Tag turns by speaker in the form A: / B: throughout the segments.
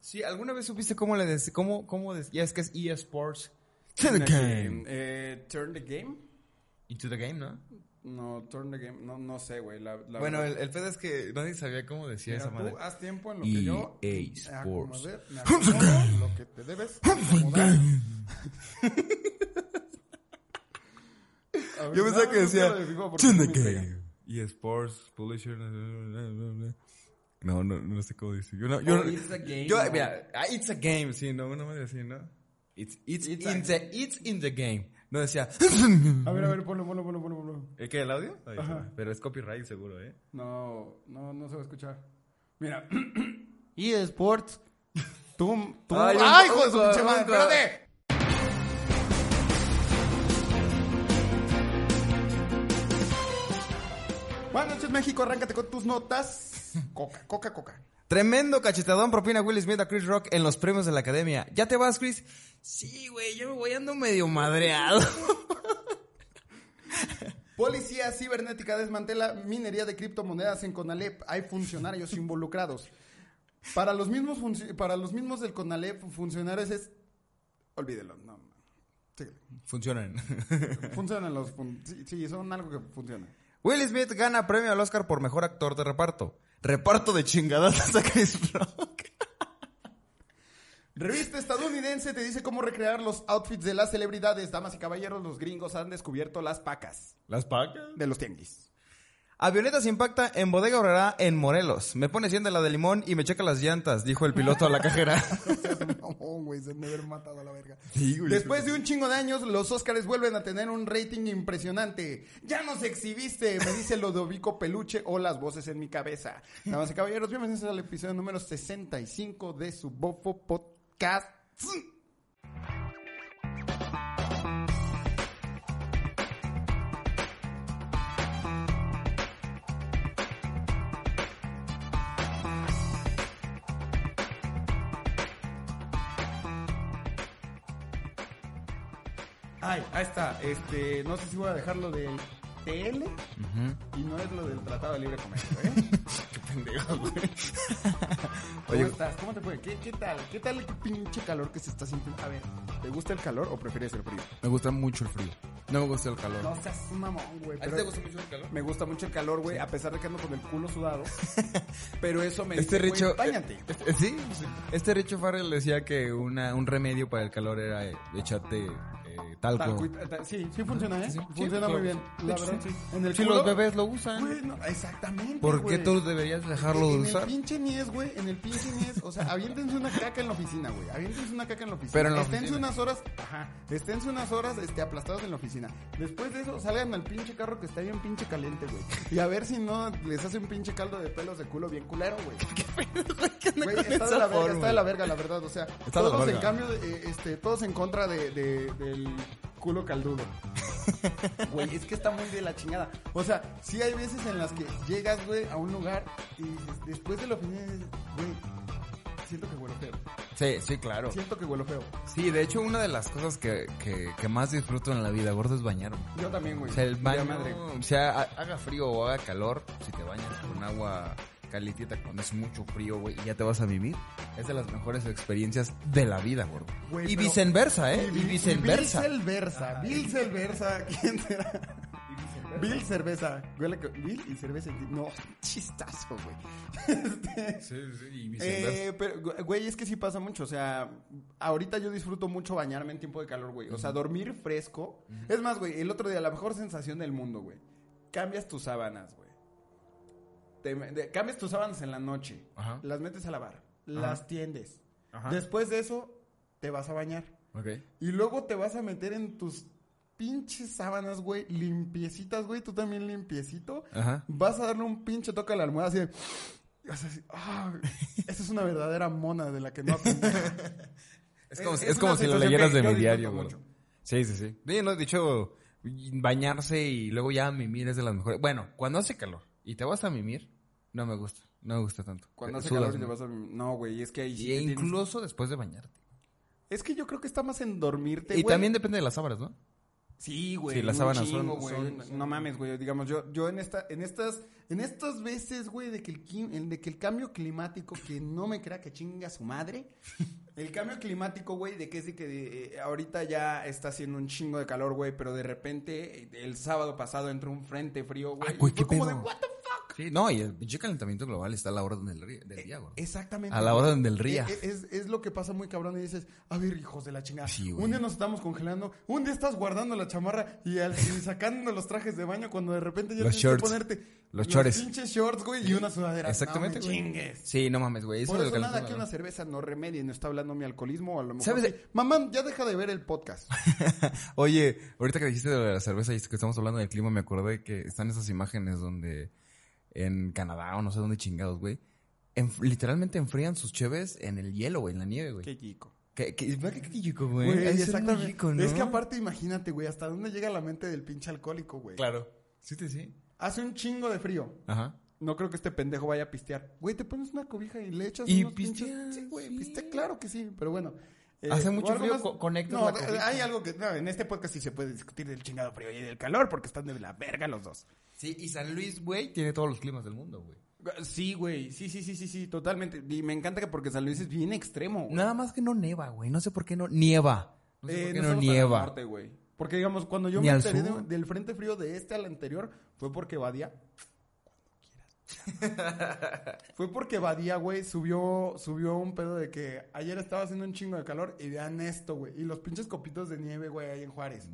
A: Sí, ¿alguna vez supiste cómo le des, cómo, cómo des- ya es que es eSports
B: To the game.
C: Eh, turn the game.
A: into the game, ¿no?
C: No, turn the game. No, no sé, güey. La, la
A: Bueno,
C: verdad.
A: el, el pedo es que nadie sabía cómo decía
C: Mira,
A: esa madre.
C: tú haz tiempo en lo que yo
B: EA
C: me
B: E Sports.
C: acomodé, me
B: Turn the
C: acomodo
B: game.
C: lo que te debes
B: The
C: acomodar.
B: game.
C: A ver,
A: Yo pensaba
C: no,
A: que
C: no
A: decía,
C: quiero de FIFA porque
B: To
C: no
B: the
C: me pega.
B: game.
A: eSports, Publisher. bla, bla, bla, bla, bla. No, no, no sé cómo decir. Yo no,
C: Oh,
A: yo, no-
C: it's a game,
A: yo,
C: ¿no?
A: mira, ah, it's a game, sí, no, no me decía, ¿no? It's, it's,
C: It's
A: in
C: a-
A: the, it's in the game. No decía.
C: A ver, a ver, ponlo, ponlo, ponlo, ponlo, ponlo.
A: ¿Eh, ¿Qué, el audio? Ahí está. Pero es copyright seguro, ¿eh?
C: No, no, no se va a escuchar. Mira. eSports. Tú, tú.
A: Ay, un-
C: ¡Ay, hijo de su
A: un-
C: pinche madre!
A: un-
C: ¡Espérate! Buenas noches, México. Arráncate con tus notas. Coca, coca, coca.
A: Tremendo cachetadón propina Will Smith a Chris Rock en los premios de la academia. ¿Ya te vas, Chris? Sí, güey, yo me voy ando medio madreado.
C: Policía cibernética desmantela minería de criptomonedas en Conalep. Hay funcionarios involucrados. Para los mismos funci- para los mismos del Conalep, funcionarios es olvídelo, no. síguele.
A: Funcionan.
C: Funcionan los fun- sí, sí, son algo que funciona.
A: Will Smith gana premio al Oscar por mejor actor de reparto. Reparto de chingadas a Chris Rock.
C: Revista estadounidense te dice cómo recrear los outfits de las celebridades. Damas y caballeros, los gringos han descubierto las pacas
A: ¿Las pacas?
C: de los tianguis.
A: Avioneta se impacta en Bodega Obrera en Morelos. Me pone 100 de la de limón y me checa las llantas, dijo el piloto a la cajera.
C: No, güey, se me hubieran matado a la verga.
A: Sí, güey.
C: Después de un chingo de años, los Óscares vuelven a tener un rating impresionante. Ya nos exhibiste, me dice Lodovico Peluche o las voces en mi cabeza. Damas y caballeros, bienvenidos al episodio número 65 de su Bofo Podcast. Ay, ahí está. Este, no sé si voy a dejar lo del TL y no es lo del Tratado de Libre Comercio, ¿eh? ¿Cómo
A: Oye,
C: estás? ¿Cómo te fue? ¿Qué, qué tal? ¿Qué tal el pinche calor que se está sintiendo? A ver, ¿te gusta el calor o prefieres el frío?
A: me gusta mucho el frío. No me gusta el calor.
C: No seas un mamón, güey. pero-
A: mucho el calor?
C: Me gusta mucho el calor, güey, a pesar de que ando con el culo sudado. pero eso me
A: Este
C: dice,
A: Richo...
C: güey, "Báñate".
A: Este- sí, sí. Este Richo Farrell decía que una, un remedio para el calor era eh, echarte eh, talco.
C: Tal cual, tal- sí, sí funciona, ¿eh?
A: Sí, sí.
C: Funciona
A: Sí,
C: muy
A: claro.
C: bien.
A: De
C: La
A: hecho,
C: verdad,
A: sí.
C: En el
A: Si
C: culo-
A: los bebés lo usan.
C: Güey, no, exactamente,
A: ¿Por qué
C: güey.
A: tú deberías dejarlo de
C: en
A: usar?
C: el pinche niés, güey, en el pinche niés, o sea, aviéntense una caca en la oficina, güey. Aviéntense una caca en la oficina.
A: Pero en la
C: esténse
A: oficina.
C: unas horas, ajá, esténse unas horas este, aplastados en la oficina. Después de eso, salgan al pinche carro que está bien pinche caliente, güey. Y a ver si no les hace un pinche caldo de pelos de culo bien culero, güey. Güey,
A: con
C: está
A: esa
C: de la verga,
A: forma?
C: está de la verga, la verdad. O sea,
A: Está de la
C: todos en
A: verga.
C: cambio, de- eh, este, todos en contra de, de- del culo caldudo. Güey, es que está muy de la chingada. O sea, sí hay veces en las que llegas, güey, a un lugar y dices, después de la oficina dices, güey, siento que huelo feo.
A: Sí, sí, claro.
C: Siento que huelo feo.
A: Sí, de hecho, una de las cosas que, que, que más disfruto en la vida, gordo, es bañarme.
C: Yo también, güey.
A: O sea, el
C: De
A: baño,
C: madre.
A: o sea, ha- haga frío o haga calor, si te bañas con agua calientita cuando es mucho frío, güey, y ya te vas a vivir. Es de las mejores experiencias de la vida, gordo.
C: Güey,
A: y
C: pero-
A: viceversa, ¿eh? Y, viceversa.
C: Viceversa. Bill Cerveza. ¿Quién será? Bill Cerveza. Huele que- Bill y cerveza. en ti. No, chistazo, güey.
A: y
C: Eh, pero, gü- güey, es que sí pasa mucho. O sea, ahorita yo disfruto mucho bañarme en tiempo de calor, güey. O sea, dormir fresco. Es más, güey, el otro día, la mejor sensación del mundo, güey. Cambias tus sábanas, güey. Te me- de- cambias tus sábanas en la noche.
A: Ajá.
C: Las metes a lavar. Las tiendes. Después de eso, te vas a bañar.
A: Ok.
C: Y luego te vas a meter en tus pinches sábanas, güey, limpiecitas, güey, tú también limpiecito.
A: Ajá.
C: Vas a darle un pinche toque a la almohada así de... Y vas a decir, ah, esa es una verdadera mona de la que no aprendí.
A: Es como,
C: Eh, Es-
A: si-
C: es
A: es como
C: una
A: si lo
C: sensación
A: leyeras
C: que
A: de
C: yo
A: mi
C: disfruto
A: diario, güey.
C: mucho.
A: Sí, sí, sí. Oye, no, de hecho, bañarse y luego ya mimir es de las mejores. Bueno, cuando hace calor y te vas a mimir, no me gusta. No me gusta tanto.
C: Cuando
A: Eh,
C: hace
A: sudas,
C: calor y te
A: ¿no?
C: vas a... No, güey, es que ahí sí
A: Y
C: te tienes-
A: incluso después de bañarte.
C: Es que yo creo que está más en dormirte,
A: Y
C: güey.
A: también depende de las sábanas, ¿no?
C: Sí, güey.
A: Sí, las
C: un
A: sábanas
C: chingo,
A: son-
C: güey.
A: son-
C: No- No mames, güey. Digamos, yo, yo en esta, en estas, en estas veces, güey, de que el, quim- el de que el cambio climático, que no me crea que chinga su madre. El cambio climático, güey, de que es de que de- eh, ahorita ya está haciendo un chingo de calor, güey, pero de repente eh, el sábado pasado entró un frente frío, güey.
A: Ay, Ah, güey,
C: y
A: qué
C: fue como
A: pedo.
C: de what the fuck.
A: Sí, no, y el pinche calentamiento global está a la orden del, ri- del día, güey.
C: Exactamente.
A: A la
C: güey.
A: orden del ría.
C: E, Es, es- es lo que pasa muy cabrón y dices, a ver, hijos de la chingada.
A: Sí, güey.
C: un día nos estamos congelando, un día estás guardando la chamarra y, al- y sacando los trajes de baño cuando de repente ya
A: Los
C: tienes
A: shorts.
C: que ponerte
A: Los shorts.
C: pinches shorts, güey, y una sudadera.
A: Exactamente,
C: No me
A: güey.
C: chingues.
A: Sí, no mames, güey. Eso
C: Por
A: del
C: eso nada que
A: calentamiento
C: una cerveza no remedie, no está hablando mi alcoholismo o a lo mejor.
A: ¿Sabes?
C: sí. Mamá, ya deja de ver el podcast.
A: Oye, ahorita que dijiste de la cerveza y que estamos hablando del clima, me acordé que están esas imágenes donde en Canadá o no sé dónde chingados, güey, enf- literalmente enfrían sus cheves en el hielo, güey, en la nieve, güey.
C: Qué chico.
A: ¿Qué, qué, ¿verdad que qué chico, güey?
C: Güey,
A: Ha de ser
C: exactamente.
A: muy rico, ¿no?
C: Es que aparte, imagínate, güey, hasta dónde llega la mente del pinche alcohólico, güey.
A: Claro. Sí, sí, sí.
C: Hace un chingo de frío.
A: Ajá.
C: No creo que este pendejo vaya a pistear. Güey, te pones una cobija y le echas
A: Y
C: unos pinches-
A: pisteas,
C: Sí, güey,
A: sí.
C: pistea, claro que sí, pero bueno. Eh,
A: Hace
C: ¿o
A: mucho
C: algo
A: frío,
C: más?
A: co- conectas
C: No,
A: la
C: de-
A: cobija.
C: hay algo que... no, en este podcast sí se puede discutir del chingado frío y del calor porque están de la verga los dos.
A: Sí, y San Luis, güey, tiene todos los climas del mundo, güey.
C: Sí, güey. Sí, sí, sí, sí, sí, totalmente. Y me encanta que porque San Luis es bien extremo. güey.
A: Nada más que no neva, güey. No sé por qué no nieva. No sé
C: Eh,
A: por qué
C: no
A: no,
C: estamos tan al
A: nieva.
C: norte, güey. Porque, digamos, cuando yo
A: Ni
C: me
A: al
C: enteré
A: sur.
C: de- del frente frío de este al anterior, fue porque Badía. fue porque Badía, güey, subió, subió un pedo de que ayer estaba haciendo un chingo de calor y vean esto, güey. Y los pinches copitos de nieve, güey, ahí en Juárez.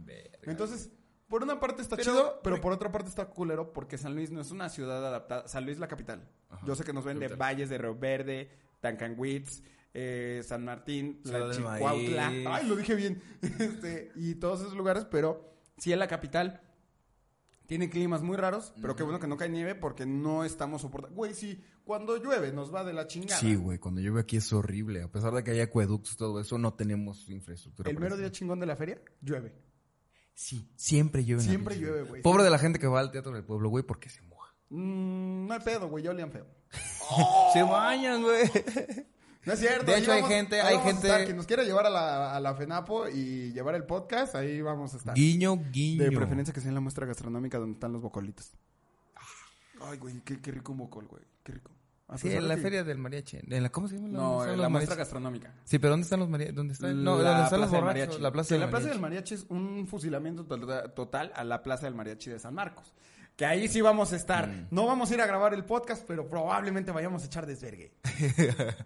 C: Entonces, por una parte está
A: Pero-
C: chido, pero por otra parte está culero porque San Luis no es una ciudad adaptada. San Luis es la capital. Yo sé que nos ven de
A: Capital.
C: Valles de Río Verde, Tancanwitz, eh, San Martín,
A: Ciudad
C: la
A: del
C: Chicuautla.
A: Maíz.
C: Ay, lo dije bien. Este, y todos esos lugares, pero sí es la capital. Tiene climas muy raros, pero qué bueno que no cae nieve porque no estamos soportando. Güey, sí, cuando llueve nos va de la chingada.
A: Sí, güey, cuando llueve aquí es horrible. A pesar de que hay acueductos y todo eso, no tenemos infraestructura.
C: El
A: para
C: mero
A: eso.
C: día chingón de la feria, llueve.
A: Sí, siempre llueve. en la
C: Siempre
A: pinche
C: llueve,
A: ciudad.
C: güey.
A: Pobre de la gente que va al teatro del pueblo, güey, porque se moja.
C: Mm, no hay pedo, güey, ya olían feo.
A: Se bañan, güey.
C: No es cierto.
A: De
C: ahí
A: hecho, hay gente-
C: ahí
A: hay
C: vamos a
A: gente-
C: estar. Quien nos quiera llevar a la, a la FENAPO y llevar el podcast, ahí vamos a estar.
A: Guiño, guiño.
C: De preferencia que sea en la muestra gastronómica donde están los bocolitos. Ah. Ay, güey, qué, qué rico un bocol, güey. Qué rico. A
A: Sí,
C: pesar
A: en
C: de
A: la
C: que-
A: feria del mariachi. ¿En la, ¿Cómo se llama?
C: No,
A: ¿Dónde
C: en
A: están
C: la
A: los
C: muestra
A: mariachis?
C: gastronómica.
A: Sí, pero ¿dónde están los mariachis? ¿Dónde están? No,
C: La
A: ¿dónde están los
C: Plaza del
A: borrachos?
C: Mariachi.
A: La plaza
C: Que
A: del
C: la Plaza
A: mariachi.
C: del Mariachi es un fusilamiento to- total a la Plaza del Mariachi de San Marcos. Que ahí sí vamos a estar.
A: Mm.
C: No vamos a ir a grabar el podcast, pero probablemente vayamos a echar desvergue.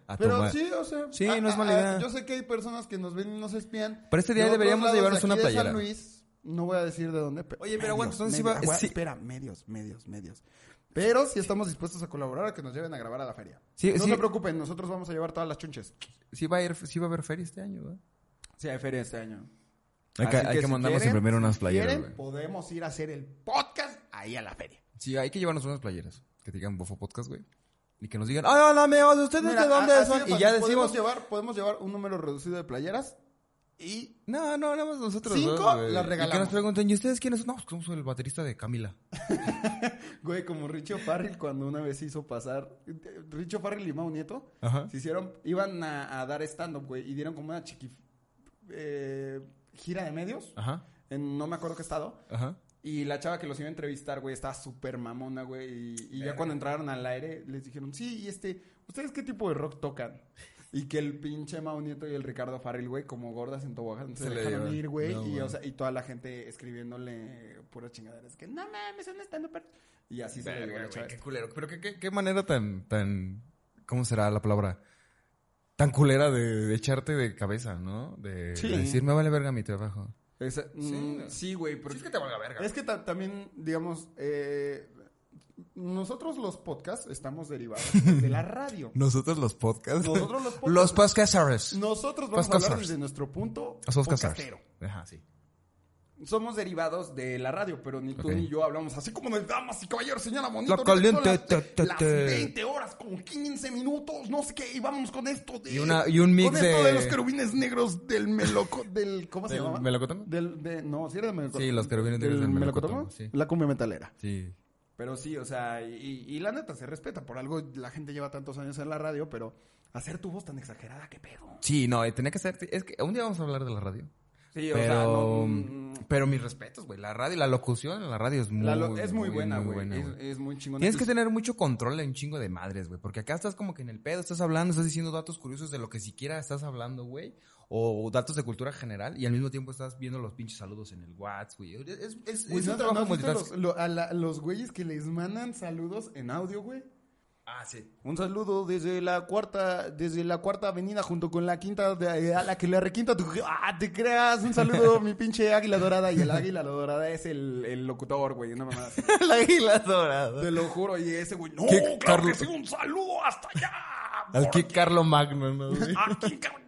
A: A
C: Pero
A: tomar.
C: sí, o sea.
A: Sí, no es mala idea.
C: Yo sé que hay personas que nos ven y nos espían.
A: Pero este día
C: De otros
A: deberíamos de
C: lados
A: llevarnos una
C: aquí de
A: playera.
C: San Luis, no voy a decir de dónde. Pero
A: Oye, pero aguanta,
C: bueno,
A: entonces iba- sí.
C: Espera, medios, medios, medios. Pero sí estamos dispuestos a colaborar a que nos lleven a grabar a la feria.
A: Sí,
C: no
A: sí.
C: se preocupen, nosotros vamos a llevar todas las chunches.
A: Sí va a, ir, sí va a haber feria este año, güey.
C: Sí, hay feria este año.
A: Hay que, hay que mandarnos
C: quieren,
A: imprimir unas
C: si
A: playeras,
C: quieren,
A: güey.
C: podemos ir a hacer el podcast ahí a la feria.
A: Sí, hay que llevarnos unas playeras. Que digan Bofo Podcast, güey. Y que nos digan, ¡Ah, hola, amigos! ¿Ustedes de
C: Mira,
A: dónde
C: a- así
A: son?
C: de
A: Y
C: fácil,
A: ya
C: Podemos
A: decimos...
C: llevar, podemos llevar un número reducido de playeras y
A: No, no, nada más nosotros.
C: Cinco,
A: dos, güey.
C: las
A: Y que
C: regalamos.
A: nos pregunten, ¿y ustedes quiénes son? No, pues somos el baterista de Camila.
C: Güey, como Richo Farrell cuando una vez hizo pasar. Richo Farrell y Mau Nieto
A: Ajá.
C: se hicieron. Iban a, a dar stand-up, güey, y dieron como una chiqui. eh, gira de medios.
A: Ajá,
C: En no me acuerdo qué estado.
A: ajá.
C: Y la chava que los iba a entrevistar, güey, estaba súper mamona, güey. Y, y ya cuando entraron al aire, les dijeron, sí, y este, ¿ustedes qué tipo de rock tocan? Y que el pinche Mau Nieto y el Ricardo Farrell, güey, como gordas en tobogán, se,
A: Se le
C: dejaron
A: dieron.
C: ir, güey.
A: No,
C: y,
A: güey.
C: o sea, y toda la gente escribiéndole puras chingaderas. Que, no mames, son estando per-". Y así se le llegó a la chava.
A: qué culero. Pero qué, qué, qué manera tan, tan... ¿Cómo será la palabra? Tan culera de, de echarte de cabeza, ¿no? De,
C: Sí.
A: de decir, me vale verga mi trabajo.
C: Esa- mm,
A: no.
C: sí, güey. porque-
A: es que te valga verga.
C: Es que ta- también, digamos, eh, nosotros los podcasts estamos derivados de la radio.
A: Nosotros los podcasts.
C: Nosotros los podcasts.
A: Los podcasters.
C: Nosotros vamos a
A: Podcasters.
C: hablar desde nuestro punto
A: Los podcasters.
C: podcastero.
A: Ajá, sí.
C: somos derivados de la radio, pero ni tú
A: Ok.
C: ni yo hablamos así como de damas y caballeros, señora bonita.
A: La
C: ahorita son
A: caliente,
C: las-
A: te, te,
C: Las
A: te.
C: 20 horas con 15 minutos, no sé qué, y vamos con esto de...
A: Y una- y un mix
C: con esto de...
A: de-
C: los querubines negros del meloco... Del, ¿Cómo se
A: ¿Del
C: llama?
A: melocotongo?
C: Del, de, no, sí era del melocotongo.
A: Sí, los querubines negros del melocotongo, sí.
C: La cumbia metalera.
A: Sí.
C: Pero sí, o sea, y, y la neta se respeta. Por algo la gente lleva tantos años en la radio, pero hacer tu voz tan exagerada, qué pedo.
A: Sí, no, eh, tenía que ser. Es que un día vamos a hablar de la radio.
C: Sí,
A: pero, mm,
C: o sea, mm,
A: pero mis respetos, güey. La radio, la locución en la radio es muy,
C: es muy, buena, güey. Es,
A: güey.
C: es muy chingona.
A: Tienes
C: Y
A: que tener mucho control en un chingo de madres, güey. Porque acá estás como que en el pedo, estás hablando, estás diciendo datos curiosos de lo que siquiera estás hablando, güey. O datos de cultura general. Y al mismo tiempo estás viendo los pinches saludos en el WhatsApp, güey. Es, es- es-
C: Güey,
A: es
C: ¿no
A: un
C: te- no
A: trabajo
C: has visto
A: multitask.
C: los, lo- a la- los güeyes que les mandan saludos en audio, güey?
A: Ah, sí.
C: Un saludo desde la cuarta, desde la cuarta avenida junto con la quinta de- eh, a la que le requinta tu ah, te creas, un saludo mi pinche águila dorada y el águila dorada es el, el locutor, güey, una mamada así.
A: la águila dorada.
C: Te lo juro, y ese güey, no,
A: ¿Qué,
C: claro
A: Carlos?
C: que sí, un saludo hasta allá.
A: Al que Carlo Magno, ¿no, güey?
C: Aquí, cabrón,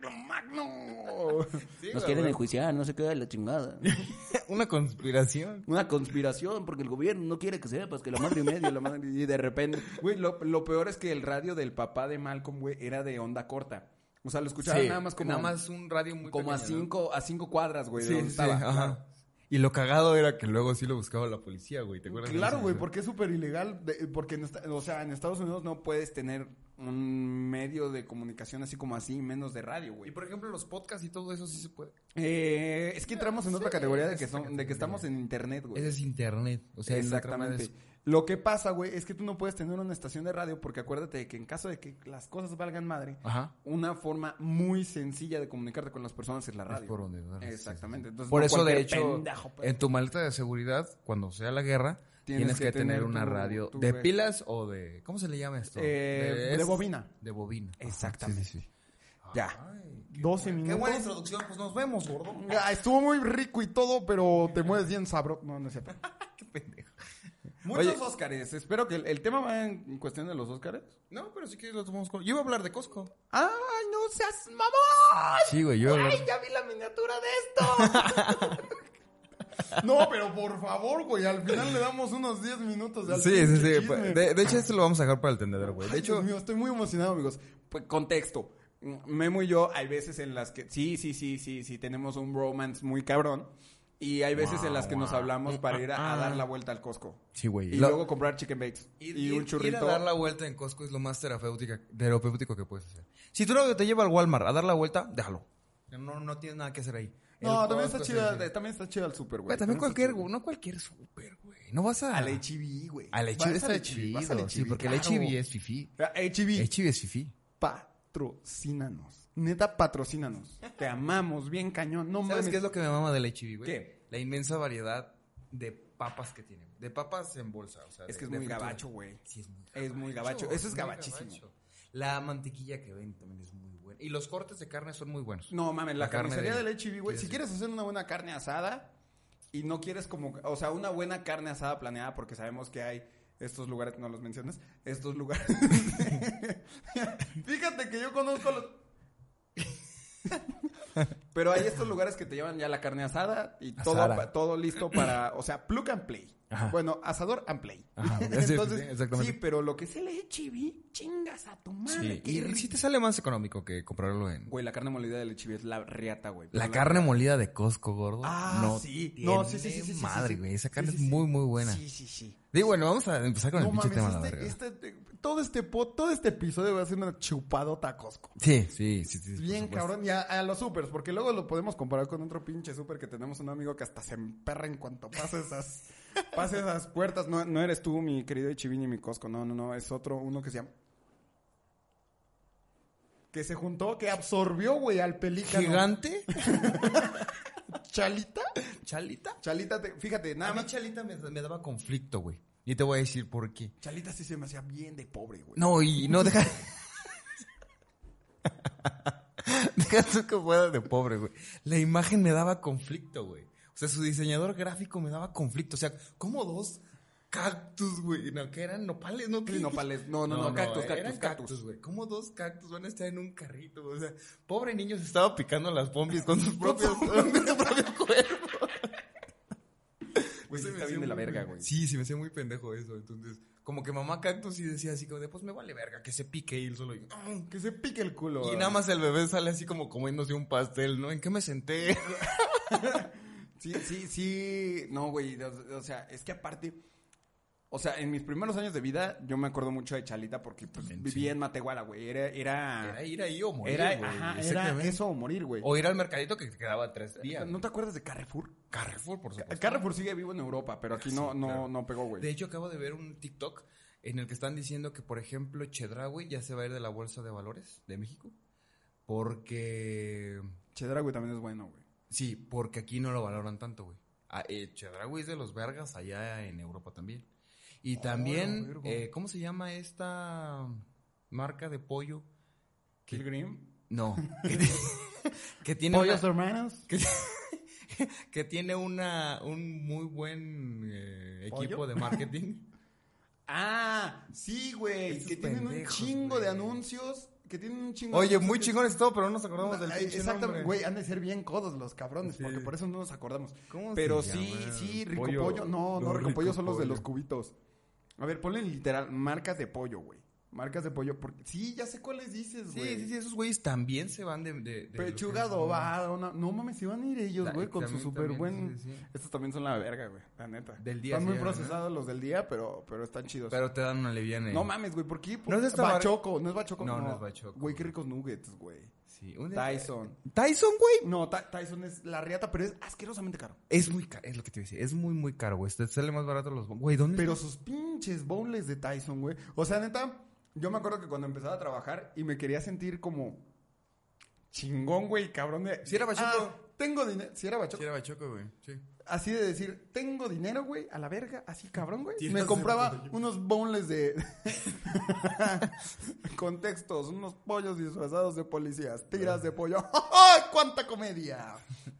C: magno.
B: Nos quieren enjuiciar, no se queda la chingada.
A: Una conspiración.
B: Una conspiración, porque el gobierno no quiere que sepas que la madre y media, la madre
C: Y de repente, güey, lo, lo peor es que el radio del papá de Malcolm, güey, era de onda corta. O sea, lo escuchaba
A: Sí,
C: nada más como,
A: Nada más un radio muy
C: como a,
A: pequeño, ¿no?
C: cinco, a cinco cuadras, güey, de
A: Sí,
C: donde
A: sí, ah,
C: estaba.
A: ajá.
C: Claro.
A: Y lo cagado era que luego sí lo buscaba la policía, güey. ¿Te acuerdas? de
C: Claro,
A: eso?
C: güey, porque es súper ilegal. de- porque, en esta- o sea, en Estados Unidos no puedes tener un medio de comunicación así como así, menos de radio,
A: Y
C: güey.
A: por ejemplo, los podcasts y todo eso sí se puede.
C: Eh, es que entramos en otra categoría de que,
A: es otra
C: son, de
A: categoría.
C: que estamos en internet, güey.
A: Ese es internet. O sea,
C: Exactamente.
A: es-
C: Lo que pasa, güey, es que tú no puedes tener una estación de radio porque acuérdate que en caso de que las cosas valgan madre,
A: Ajá.
C: una forma muy sencilla de comunicarte con las personas es la
A: Es
C: radio.
A: por donde, ¿verdad?
C: Exactamente. Entonces,
A: Por
C: no
A: eso, de
C: cualquier
A: hecho,
C: pendejo, pues.
A: en tu maleta de seguridad, cuando sea la guerra, tienes, que, tener una
C: tu-
A: radio
C: tu
A: de
C: red.
A: pilas o de. ¿Cómo se le llama esto?
C: Eh, de
A: es-
C: bobina.
A: De bobina. Ajá,
C: Exactamente.
A: sí, sí, sí.
C: ya. 12 minutos.
A: introducción, pues nos vemos, gordo.
C: Ah, estuvo muy rico y todo, pero te mueves bien sabro. No, no es cierto.
A: Qué pendejo.
C: Muchos
A: Oye.
C: Óscares. Espero que el, el tema va en, en cuestión de los Óscares.
A: No, pero sí que lo tomamos con. Yo iba a hablar de Costco.
C: ¡Ay, no seas mamón!
A: Sí, güey, yo iba a hablar.
C: ¡Ay, ya vi la miniatura de esto! no, pero por favor, güey, al final le damos unos 10 minutos de al
A: Sí, sí,
C: pinche
A: sí.
C: chisme.
A: De, de hecho, esto lo vamos a dejar para el tendedero, güey.
C: Ay,
A: De hecho,
C: Dios mío, estoy muy emocionado, amigos. Pues contexto. Memo y yo hay veces en las que sí, sí, sí, sí, sí tenemos un romance muy cabrón y hay veces en las que nos hablamos para ir a, a dar la vuelta al Costco.
A: Sí, güey.
C: Y
A: Lo-
C: luego comprar chicken bakes y,
A: ir-
C: un
A: ir- Ir a
C: churrito.
A: dar la vuelta en Costco es lo más terapéutica, terapéutico que puedes hacer. Si tu novio te lleva al Walmart a dar la vuelta, déjalo. No, no tienes nada que hacer ahí.
C: No,
A: El
C: también
A: Costco
C: está
A: es
C: chida,
A: el-
C: eh, también está chida el super, güey.
A: Güey, también cualquier,
C: güey.
A: no cualquier súper, güey. No vas a...
C: Al HIV, güey.
A: Al
C: Vas
A: HIV está
C: al HIV, vas al
A: chido. Sí,
C: HIV,
A: porque
C: claro.
A: el HIV es fifí.
C: Ah, HIV.
A: El HIV es fifí.
C: patrocínanos. Neta, patrocínanos. Te amamos, bien cañón. No
A: ¿Sabes
C: mames.
A: qué es lo que me mama del HIV, güey?
C: ¿Qué?
A: La inmensa variedad de papas que tiene. De papas en bolsa, o sea...
C: Es
A: de-
C: que es
A: de
C: muy
A: frutas.
C: gabacho, güey.
A: Sí, es muy
C: Es muy gabacho. Eso es
A: muy
C: gabachísimo.
A: gabacho. La mantequilla que ven también es muy buena. Y los cortes de carne son muy buenos.
C: No mames, la,
A: La carne
C: carnicería
A: de-
C: del HIV, güey.
A: sí,
C: Si
A: sí.
C: quieres hacer una buena carne asada y no quieres como, o sea, una buena carne asada planeada, porque sabemos que hay estos lugares, no los mencionas, estos lugares. Fíjate que yo conozco los. Pero hay estos lugares que te llevan ya la carne asada y todo,
A: Asada.
C: pa- todo listo para, o sea, plug and play.
A: Ajá.
C: Bueno, asador and play.
A: Ajá, sí, sí,
C: Entonces,
A: sí,
C: sí,
A: exactamente.
C: pero lo que es el HIV, chingas a tu madre.
A: Sí,
C: qué
A: y
C: rico.
A: sí te sale más económico que comprarlo en...
C: Güey, la carne molida del HIV es la riata, güey.
A: La
C: Pero
A: carne molida de Costco, gordo.
C: Ah,
A: no
C: sí.
A: tiene
C: No, sí, sí, sí, sí, sí,
A: Madre,
C: sí, sí.
A: güey. Esa
C: Sí,
A: carne
C: sí,
A: es
C: sí.
A: muy, muy buena.
C: Sí, sí, sí.
A: Digo, bueno, vamos a empezar con
C: No
A: el pinche
C: mames,
A: tema. la
C: este,
A: verga.
C: este- todo, este po- todo este episodio va a ser una chupadota a Costco.
A: Sí, sí, sí, sí. por
C: Bien
A: supuesto.
C: cabrón, y a, a los supers, porque luego lo podemos comparar con otro pinche super que tenemos un amigo que hasta se emperra en cuanto pasa esas, pasa esas puertas. No, no eres tú, mi querido Chivini, mi Costco, no, no, no, es otro, uno que se llama... Que se juntó, que absorbió, güey, al pelícano.
A: ¿Gigante?
C: ¿Chalita?
A: ¿Chalita?
C: Chalita, te- fíjate, nada
A: A mí
C: más...
A: Chalita me, me daba conflicto, güey. Y te voy a decir por qué.
C: Chalita sí se me hacía bien de pobre, güey.
A: No, y no deja. deja tú que fuera de pobre, güey. La imagen me daba conflicto, güey. O sea, su diseñador gráfico me daba conflicto. O sea, ¿cómo dos cactus, güey? No, que eran nopales, ¿no?
C: Sí,
A: ¿Qué-
C: nopales. No, no, no, cactus, cactus,
A: eran
C: cactus.
A: güey. ¿Cómo dos cactus van a estar en un carrito? O sea, pobre niño se estaba picando las pompis con sus
C: Con
A: propios,
C: su-
A: con su propio cuerpo. Se
C: sí
A: me
C: está
A: hacía
C: bien de la
A: muy
C: verga,
A: pendejo.
C: güey.
A: Sí, se me hacía muy pendejo eso. Entonces, como que mamá Cactus sí decía así como de, pues me vale verga, que se pique y él solo... "Ah".
C: Que se pique el culo.
A: Y nada más el bebé sale así como comiéndose un pastel, ¿no? ¿En qué me senté?
C: Sí, sí, sí. No, güey. O o sea, es que aparte. O sea, en mis primeros años de vida, yo me acuerdo mucho de Chalita porque pues,
A: También,
C: vivía en Matehuala, güey. Era. Era,
A: Ah, Era ir ahí o morir,
C: era-
A: güey,
C: ajá, era
A: exactamente.
C: eso o morir, güey.
A: O ir al mercadito que te quedaba tres días.
C: ¿No te acuerdas de Carrefour?
A: Carrefour, por supuesto.
C: Carrefour sigue vivo en Europa, pero aquí no,
A: pues, Ah, Sí,
C: no,
A: claro.
C: no pegó,
A: De
C: güey.
A: hecho, acabo de ver un TikTok en el que están diciendo que, por ejemplo, Chedraui ya se va a ir de la Bolsa de Valores de México. Porque...
C: Chedra, güey, también es bueno, güey.
A: Sí, porque aquí no lo valoran tanto, güey. Ah, eh, Chedraui es de los vergas allá en Europa también. Y
C: la
A: también,
C: verga.
A: eh, ¿cómo se llama esta marca de pollo?
C: Kill Green.
A: No. que, que tiene
C: Pollos
A: una,
C: hermanos.
A: que, que tiene una un muy buen eh, equipo
C: ¿Pollo?
A: de marketing.
C: Ah, sí, güey.
A: Estos
C: Que tienen un
A: pendejos,
C: chingo de
A: güey.
C: anuncios. Que tienen un chingo
A: Oye,
C: de
A: muy
C: anuncios que-
A: chingones todo, pero no nos acordamos del
C: Ay,
A: pinche
C: Exactamente,
A: nombre.
C: güey, han de ser bien codos los cabrones,
A: Sí.
C: porque por eso no nos acordamos.
A: ¿Cómo se
C: Pero sí,
A: llama?
C: sí, rico pollo.
A: Pollo.
C: No, no,
A: No,
C: rico,
A: rico
C: pollo son los de
A: pollo.
C: los cubitos. A ver, ponle literal, marcas de pollo, güey. Marcas de pollo, porque sí, ya sé cuáles dices,
A: Sí,
C: güey.
A: sí, sí, esos güeyes también se van de... de- de- de-
C: Pechuga adobada, una- no mames, se van a ir ellos,
A: Da-
C: güey, con su
A: también-
C: súper buen.
A: también, sí, sí.
C: Estos también son la verga, güey, la neta.
A: Del día
C: Están muy
A: sí, ¿verdad?
C: procesados los del día, pero, pero están chidos.
A: Pero te dan una leviana.
C: no mames, güey, ¿por qué?
A: No es de esta
C: bachoco, no es bachoco.
A: No, no es bachoco.
C: Güey, qué ricos nuggets, güey.
A: Sí, un-
C: Tyson.
A: Tyson, güey.
C: No, Ty- Tyson es la riata, pero es asquerosamente caro.
A: Es muy caro, es lo que te iba a decir. Es muy, muy caro, güey. Te sale más barato los... Güey, ¿dónde?
C: Pero sus pinches bowls de Tyson, güey. O sea, neta, yo me acuerdo que cuando empezaba a trabajar y me quería sentir como chingón, güey, cabrón de...
A: Si era bachoco.
C: Ah, tengo dinero. Si era bachoco.
A: era Bachoco, güey. Sí.
C: Así de decir, tengo dinero, güey, a la verga, así cabrón, güey.
A: Tienes
C: Me compraba
A: dinero.
C: unos boneless de contextos, unos pollos disfrazados de policías, tiras de pollo. ¡Ay, cuánta comedia!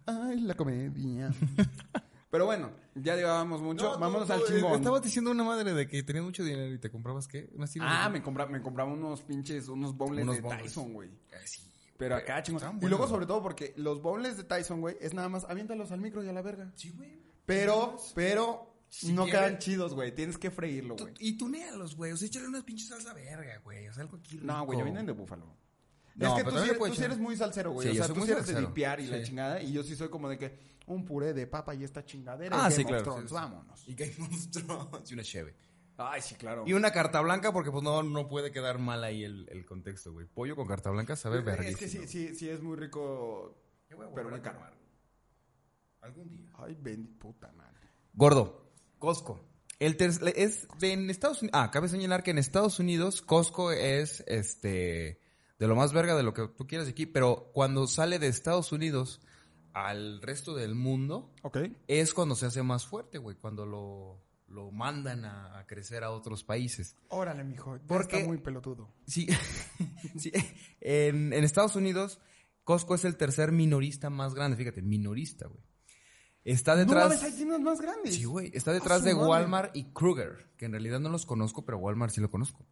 C: ¡Ay, la comedia! Pero bueno, ya llevábamos mucho. Vámonos al chingón.
A: eh, Estabas diciendo una madre de que tenías mucho dinero y te comprabas qué? Unas tiras
C: Ah,
A: de-
C: me compraba, me compraba unos pinches, unos boneless
A: Unos
C: de
A: boneless.
C: Tyson, güey.
A: Ah, sí.
C: Pero acá, chingón.
A: estaban
C: Y luego,
A: buenos.
C: sobre todo, porque los boneless de Tyson, güey, es nada más aviéntalos al micro y a la verga.
A: Sí, güey.
C: Pero, pero,
A: Si
C: no
A: quieres-
C: quedan chidos, güey. Tienes que freírlo,
A: Tú-
C: güey.
A: Y tunealos, güey. O sea, échale unas pinches salsa verga, güey. O sea, algo aquí rico.
C: No, güey, ya vienen de búfalo.
A: No,
C: es que
A: pero
C: tú,
A: también
C: sí
A: le
C: eres,
A: puedes
C: tú sí
A: echar.
C: eres muy salsero,
A: Sí,
C: güey. o
A: yo
C: sea,
A: soy
C: tú
A: muy
C: sí eres de
A: salsero.
C: dipear y la
A: Sí.
C: chingada. Y yo sí soy como de que un puré de papa y esta chingadera.
A: Ah,
C: y
A: sí,
C: Game
A: claro.
C: of Thrones,
A: sí, sí.
C: Vámonos.
A: Y Game of Thrones. Y una cheve.
C: Ay, sí, claro.
A: Y una carta blanca, porque pues no, no puede quedar mal ahí el, el contexto, güey. Pollo con carta blanca sabe
C: es
A: verguísima.
C: que sí, sí, sí es muy rico, pero muy caro.
A: Algún día.
C: Ay, bendita puta madre.
A: Gordo. Costco. El ter- es de en Estados Unidos. Ah, cabe señalar que en Estados Unidos Costco es este de lo más verga de lo que tú quieras de aquí, pero cuando sale de Estados Unidos al resto del mundo
C: Ok.
A: es cuando se hace más fuerte, güey, cuando lo, lo mandan a- a crecer a otros países.
C: Órale, mijo. ya
A: Porque-
C: está muy pelotudo.
A: Sí, sí. En, en Estados Unidos, Costco es el tercer minorista más grande. Fíjate, minorista, güey. Está
C: No
A: detrás.
C: mames, hay tiendas más grandes.
A: sí, güey. Está
C: Ah,
A: detrás
C: su
A: de
C: madre.
A: Walmart y Kruger, que en realidad no los conozco, pero Walmart sí lo conozco.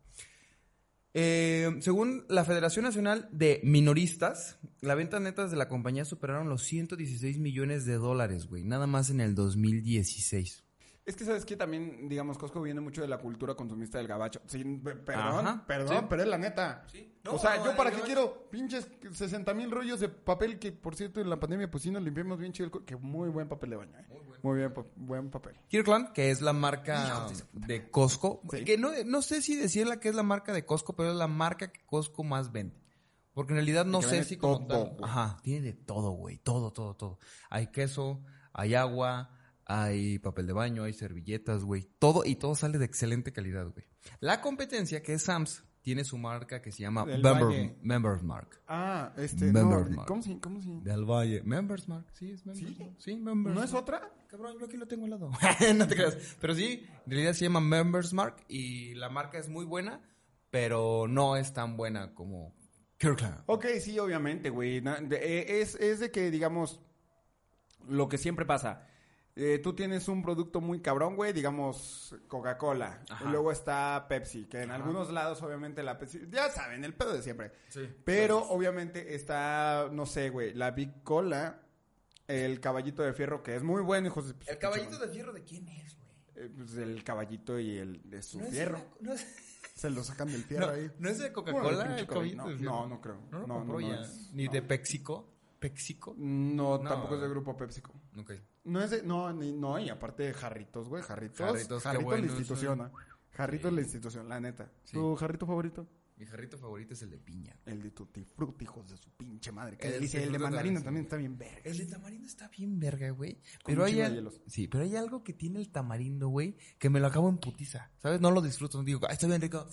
A: Eh, según la Federación Nacional de Minoristas, la venta neta de la compañía superaron los 116 millones de dólares, güey. Nada más en el 2016.
C: Es que sabes que también, digamos, Costco viene mucho de la cultura consumista del gabacho. Sí, pe- perdón,
A: Ajá,
C: perdón,
A: sí.
C: pero es la neta.
A: No,
C: o sea,
A: no,
C: yo para
A: el
C: qué
A: gabacho-
C: quiero pinches 60 mil rollos de papel que, por cierto, en la pandemia, pues sí nos limpiamos bien chido. el co- Que muy buen papel de baño, ¿eh? Muy, bien, pa- buen papel.
A: Kirkland, que es la marca de Costco.
C: Sí.
A: Que no, no sé si decirla que es la marca de Costco, pero es la marca que Costco más vende. Porque en realidad no
C: Que
A: sé
C: vende
A: si como
C: todo,
A: tal-
C: güey.
A: Ajá, tiene de todo, güey. Todo, todo, todo. Hay queso, hay agua, hay papel de baño, hay servilletas, güey. Todo y todo sale de excelente calidad, güey. La competencia, que es Sam's, tiene su marca que se llama
C: Del Valle.
A: Member, Members Mark.
C: Ah, este,
A: Member
C: no,
A: Mark.
C: ¿cómo se, cómo se?
A: Del Valle. Members Mark, sí, es Members.
C: ¿Sí?
A: Mark. Sí, Members
C: ¿No es
A: Mark.
C: otra?
A: Cabrón, yo aquí lo tengo al lado. no te creas. Pero sí, en realidad se llama Members Mark y la marca es muy buena, pero no es tan buena como Kirkland.
C: Ok, sí, obviamente, güey. Na- de- eh, Es, es de que, digamos, lo que siempre pasa. Eh, tú tienes un producto muy cabrón, güey, digamos Coca-Cola.
A: Ajá.
C: Luego está Pepsi, que en algunos lados obviamente la Pepsi, ya saben, el pedo de siempre. Pero obviamente está, no sé, güey, la Big Cola, El caballito de fierro, que es muy bueno, hijo de su-
A: ¿El caballito de fierro de quién es, güey?
C: Eh, pues, el caballito y el de su
A: No es
C: fierro.
A: una- no es-
C: Se lo sacan del fierro
A: No,
C: ahí.
A: ¿no es de
C: Bueno,
A: Coca-Cola
C: el pinche
A: el caballito
C: caballito,
A: de
C: no,
A: fierro?
C: no creo.
A: No, lo
C: No,
A: compró
C: no,
A: ya.
C: no es-
A: Ni
C: no.
A: de Pexico. ¿Pexico?
C: No,
A: No.
C: tampoco es del grupo PepsiCo.
A: Ok.
C: No es de, no, ni- no, y aparte Jarritos, güey, Jarritos.
A: Jarritos,
C: Jarritos,
A: qué bueno,
C: la institución, ¿ah? Jarritos
A: Sí.
C: la institución, la neta.
A: Sí.
C: ¿Tu jarrito favorito?
A: Mi jarrito favorito es el de piña.
C: El de Tutti Frutti, hijos de su pinche madre.
A: El
C: Que
A: de
C: dice,
A: Tutti
C: el de
A: Frutti
C: mandarina
A: también,
C: también
A: sí.
C: está bien verga.
A: El de tamarindo está bien verga, güey.
C: Con
A: Pero
C: un
A: hay,
C: chingo de
A: al-
C: hielos.
A: sí, pero hay algo que tiene el tamarindo, güey, que me lo acabo en putiza. ¿Sabes? No lo disfruto. No digo, ay, está bien rico.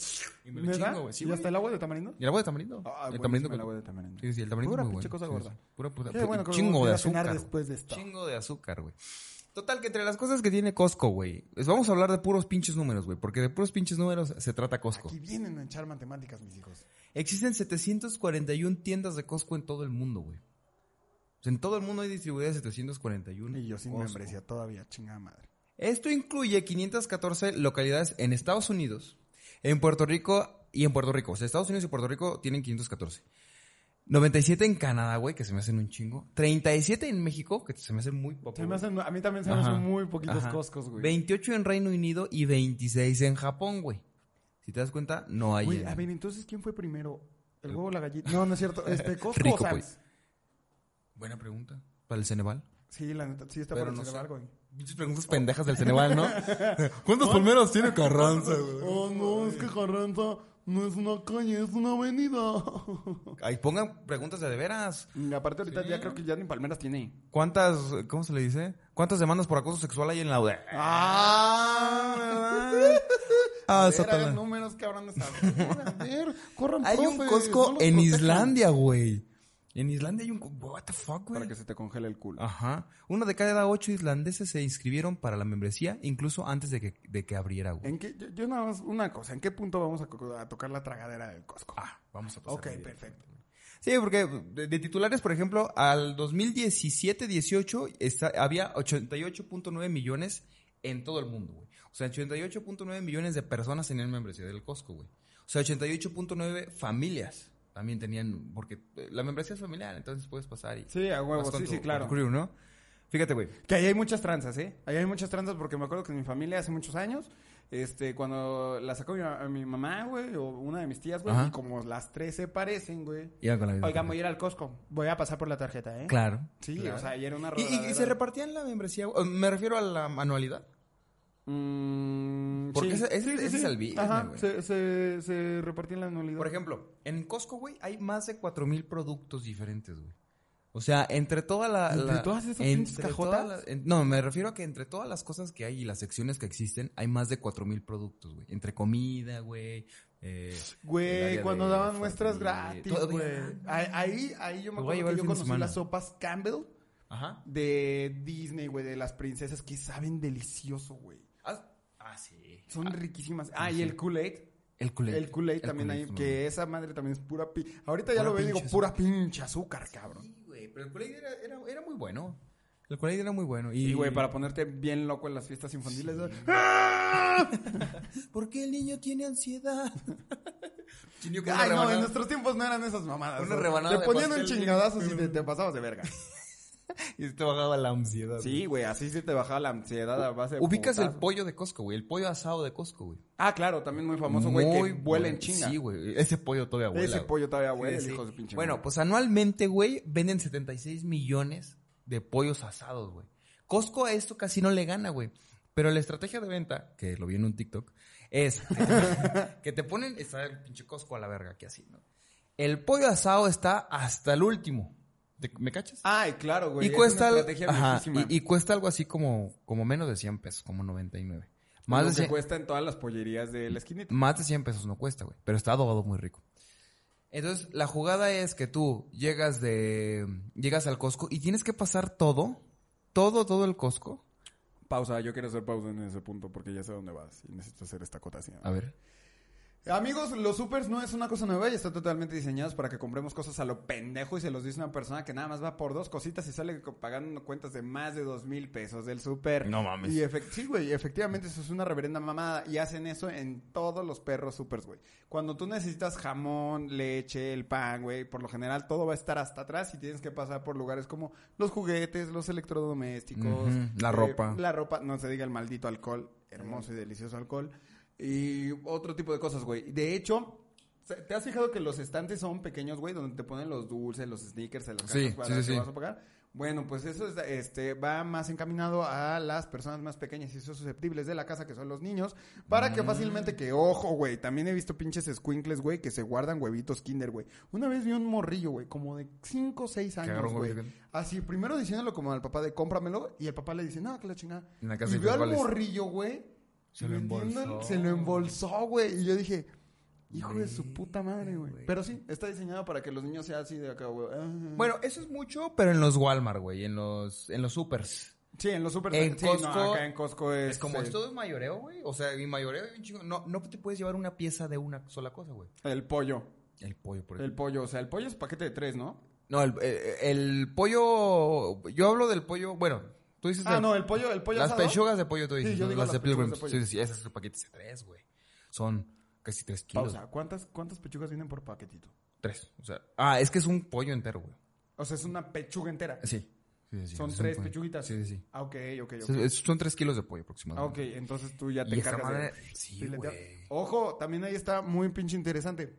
A: Y me lo
C: ¿Neta?
A: chingo, güey. Sí,
C: ¿Y
A: güey.
C: hasta el agua de tamarindo?
A: ¿Y el agua de tamarindo?
C: Ah,
A: el
C: buenísimo
A: tamarindo.
C: el
A: con-
C: agua de tamarindo.
A: Sí, sí, el tamarindo.
C: Pura
A: muy
C: pinche
A: bueno.
C: cosa
A: Sí,
C: gorda.
A: sí. Pura puta.
C: Qué bueno que
A: chingo
C: vamos a
A: de
C: ir a cenar
A: azúcar. güey.
C: después de esto.
A: Chingo de azúcar, güey. Total, que entre las cosas que tiene Costco, güey. pues Vamos a hablar de puros pinches números, güey. Porque de puros pinches números se trata Costco.
C: Aquí vienen a echar matemáticas, mis hijos.
A: Existen 741 tiendas de Costco en todo el mundo, güey. O sea, en todo el mundo hay distribuidas 741.
C: Y yo sin
A: Costco.
C: membresía todavía, chingada madre.
A: Esto incluye 514 localidades en Estados Unidos, en Puerto Rico y en Puerto Rico. O sea, Estados Unidos y Puerto Rico tienen 514. 97 en Canadá, güey, que se me hacen un chingo. 37 en México, que se me hacen muy poco.
C: Se me
A: güey.
C: hacen, a mí también se me hacen
A: Ajá.
C: muy poquitos
A: Ajá.
C: coscos, güey.
A: 28 en Reino Unido y 26 en Japón, güey. Si te das cuenta, no hay.
C: Güey,
A: en-
C: a ver, entonces, ¿quién fue primero? ¿El huevo o la gallina? No, no es cierto. Este, Costco
A: Rico,
C: o Sam's.
A: Buena pregunta. Para el Ceneval.
C: Sí, la neta, sí está
A: Pero
C: por el
A: no sé.
C: celular, güey. Oh.
A: Muchas preguntas pendejas del Ceneval, ¿no? ¿Cuántas palmeras tiene Carranza,
C: Oh, no, es que Carranza no es una calle, es una avenida.
A: Ahí pongan preguntas de de veras.
C: Mm, Aparte, ahorita ya creo que ya ni Palmeras tiene.
A: ¿Cuántas, cómo se le dice? ¿Cuántas demandas por acoso sexual hay en la E? UDE?
C: ¡Ah!
A: Ah,
C: Ver, hagan
A: Satanás.
C: números que habrán de saber. A ver, corran
A: Hay un
C: profes,
A: Costco
C: no los
A: en
C: protejan.
A: Islandia, güey. En Islandia hay un... co- What the fuck, güey.
C: Para que se te congele el culo.
A: Ajá. Una de cada ocho islandeses se inscribieron para la membresía incluso antes de que, de que abriera, güey.
C: ¿En qué, yo, yo nada más, una cosa. ¿En qué punto vamos a, co- a tocar la tragadera del Costco?
A: Ah, vamos a pasar.
C: ok, perfecto.
A: Sí, porque de, de titulares, por ejemplo, al 2017-18 está- había 88.9 millones en todo el mundo, güey. O sea, 88.9 millones de personas tenían membresía del Costco, güey. O sea, 88.9 familias también tenían, porque eh, la membresía es familiar, entonces puedes pasar y...
C: Sí, a huevo,
A: vas con
C: sí,
A: tu-
C: sí,
A: con
C: claro.
A: tu crew, ¿no? Fíjate, güey.
C: Que ahí hay muchas tranzas, ¿eh? Ahí hay muchas tranzas porque me acuerdo que en mi familia hace muchos años, este, cuando la sacó mi, ma- mi mamá, güey, o una de mis tías, güey,
A: Ajá.
C: y como las tres se parecen, güey.
A: Iban con la misma
C: Oigan,
A: tarjeta.
C: voy a ir al Costco. Voy a pasar por la tarjeta, ¿eh?
A: Claro.
C: Sí,
A: claro.
C: o sea, ahí era una
A: Y- y- Y,
C: rodadera.
A: se repartían la membresía, eh, me refiero a la anualidad.
C: Mm,
A: Porque
C: sí.
A: ese- ese- ese es el business,
C: Ajá,
A: güey.
C: se, se, se repartía la anualidad.
A: Por ejemplo, en Costco, güey, hay más de 4000 productos diferentes, güey. O sea, entre toda la...
C: ¿Entre
A: la-
C: todas esas
A: entre
C: pinches cajotas?
A: todas las- en- no, me refiero a que entre todas las cosas que hay y las secciones que existen, hay más de 4000 productos, güey. Entre comida, güey. eh, el
C: Güey,
A: área
C: cuando
A: de
C: daban muestras
A: familia,
C: gratis,
A: todavía
C: güey.
A: dan.
C: Ahí, ahí, ahí yo me
A: Lo voy a llevar
C: acuerdo que
A: el
C: yo
A: fin de
C: conocí
A: semana.
C: las sopas Campbell
A: Ajá.
C: de Disney, güey, de las princesas que saben delicioso, güey.
A: Ah, ah, sí.
C: Son riquísimas. Ah, y el Kool-Aid.
A: El culé.
C: El Kool-Aid también
A: Kool-Aid
C: hay,
A: es una
C: que esa madre también es pura pi... Ahorita ya
A: Pura
C: lo veo y digo,
A: pinche
C: pura pinche azúcar, cabrón.
A: Sí, güey, pero el culé era, era, era muy bueno. El culé era muy bueno. Y,
C: Y, güey, para ponerte bien loco en las fiestas infantiles.
A: ¿Por qué el niño tiene ansiedad? Chinio, con una
C: Ay, no, en
A: rebanada.
C: nuestros tiempos no eran esas mamadas.
A: Una
C: ¿no?
A: rebanada de
C: Te ponían un
A: pastel.
C: chingadazo y te, te pasabas de verga.
A: Y se te bajaba la ansiedad. güey.
C: Sí, güey, así se te bajaba la ansiedad a base de
A: Ubicas el
C: putazo.
A: pollo de Costco, güey. El pollo asado de Costco, güey.
C: Ah, claro, también muy famoso, güey, que
A: Muy
C: vuela en
A: bueno.
C: chinga.
A: Sí, güey. Ese pollo todavía vuela.
C: Ese
A: güey.
C: pollo todavía
A: Sí,
C: huele,
A: sí.
C: hijo de pinche.
A: Bueno,
C: madre.
A: pues anualmente, güey, venden 76 millones de pollos asados, güey. Costco a esto casi no le gana, güey. Pero la estrategia de venta, que lo vi en un TikTok, es que te ponen, está el pinche Costco a la verga, que así, ¿no? El pollo asado está hasta el último. ¿Te- ¿Me cachas?
C: Ay, claro, güey.
A: y
C: es
A: cuesta
C: una
A: al-
C: estrategia
A: ajá,
C: viejísima.
A: y, y cuesta algo así como, como menos de 100 pesos, como 99. Más
C: lo
A: de,
C: que
A: 100,
C: cuesta en todas las pollerías de la esquinita.
A: más de 100 pesos no cuesta, güey, pero está adobado muy rico. Entonces, la jugada es que tú llegas de llegas al Costco y tienes que pasar todo, todo todo el Costco. Ah.
C: Pausa, yo quiero hacer pausa en ese punto porque ya sé dónde vas y necesito hacer esta acotación.
A: A ver.
C: Amigos, los supers no es una cosa nueva y están totalmente diseñados para que compremos cosas a lo pendejo y se los dice una persona que nada más va por dos cositas y sale co- pagando cuentas de más de dos mil pesos del super.
A: No mames.
C: Y efec- sí, güey, efectivamente eso es una reverenda mamada y hacen eso en todos los perros supers, güey. Cuando tú necesitas jamón, leche, el pan, güey, por lo general todo va a estar hasta atrás y tienes que pasar por lugares como los juguetes, los electrodomésticos,
A: Ujú, la ropa.
C: eh, la ropa, no se diga el maldito alcohol, hermoso y delicioso alcohol. Y otro tipo de cosas, güey. De hecho, se- ¿te has fijado que los estantes son pequeños, güey? Donde te ponen los dulces, los sneakers, las
A: Sí,
C: cajas
A: sí,
C: para
A: sí,
C: que
A: sí.
C: vas a pagar. Bueno, pues eso es, este, va más encaminado a las personas más pequeñas y esos susceptibles de la casa, que son los niños, para
A: Mm.
C: que fácilmente que, ojo, güey, también he visto pinches squinkles, güey, que se guardan huevitos kinder, güey. Una vez vi un morrillo, güey, como de 5 o 6
A: agarró
C: años,
A: un
C: güey.
A: huevito
C: Así, primero diciéndolo como al papá de cómpramelo, y el papá le dice, no, que la chingada.
A: En la casa
C: y
A: de
C: vio al
A: frijoles.
C: morrillo, güey.
A: Se lo
C: metiendo el-
A: embolsó.
C: Se lo embolsó, güey. Y yo dije, hijo de su puta madre, güey. Pero sí, está diseñado para que los niños sean así de acá, güey. Ah.
A: Bueno, eso es mucho, pero en los Walmart, güey, en los, en los supers.
C: Sí, en los super...
A: En
C: sí, no,
A: Costco-
C: acá en Costco es... este,
A: Es como,
C: el,
A: es todo mayoreo, güey. O sea, y mayoreo y un chingo. No, no te puedes llevar una pieza de una sola cosa, güey.
C: el pollo.
A: El pollo, por
C: El
A: ejemplo.
C: pollo, o sea, el pollo es paquete de tres, ¿no?
A: no, el, eh, el pollo. Yo hablo del pollo. Bueno, tú dices.
C: Ah,
A: del-
C: no, el pollo, el pollo
A: Las
C: asado.
A: pechugas de pollo, tú dices.
C: Sí, yo
A: ¿no?
C: digo
A: las de
C: las pechugas
A: Pilgrims.
C: de pollo.
A: Sí, sí, esas son paquetes de tres, güey. Son casi tres kilos.
C: Pausa, ¿cuántas, ¿cuántas pechugas vienen por paquetito?
A: Tres. O sea, ah, es que es un pollo entero, güey.
C: O sea, es una pechuga entera.
A: Sí. sí, sí,
C: Son
A: es un
C: tres
A: pollo.
C: pechuguitas.
A: Sí, sí, sí.
C: Ah, ok, ok, ok.
A: Es- es- Son tres kilos de pollo
C: Ah, ok,
A: aproximadamente.
C: entonces tú ya
A: Y
C: te
A: esa
C: encargas de...
A: madre- sí,
C: filetear.
A: güey.
C: Ojo, también ahí está muy pinche interesante.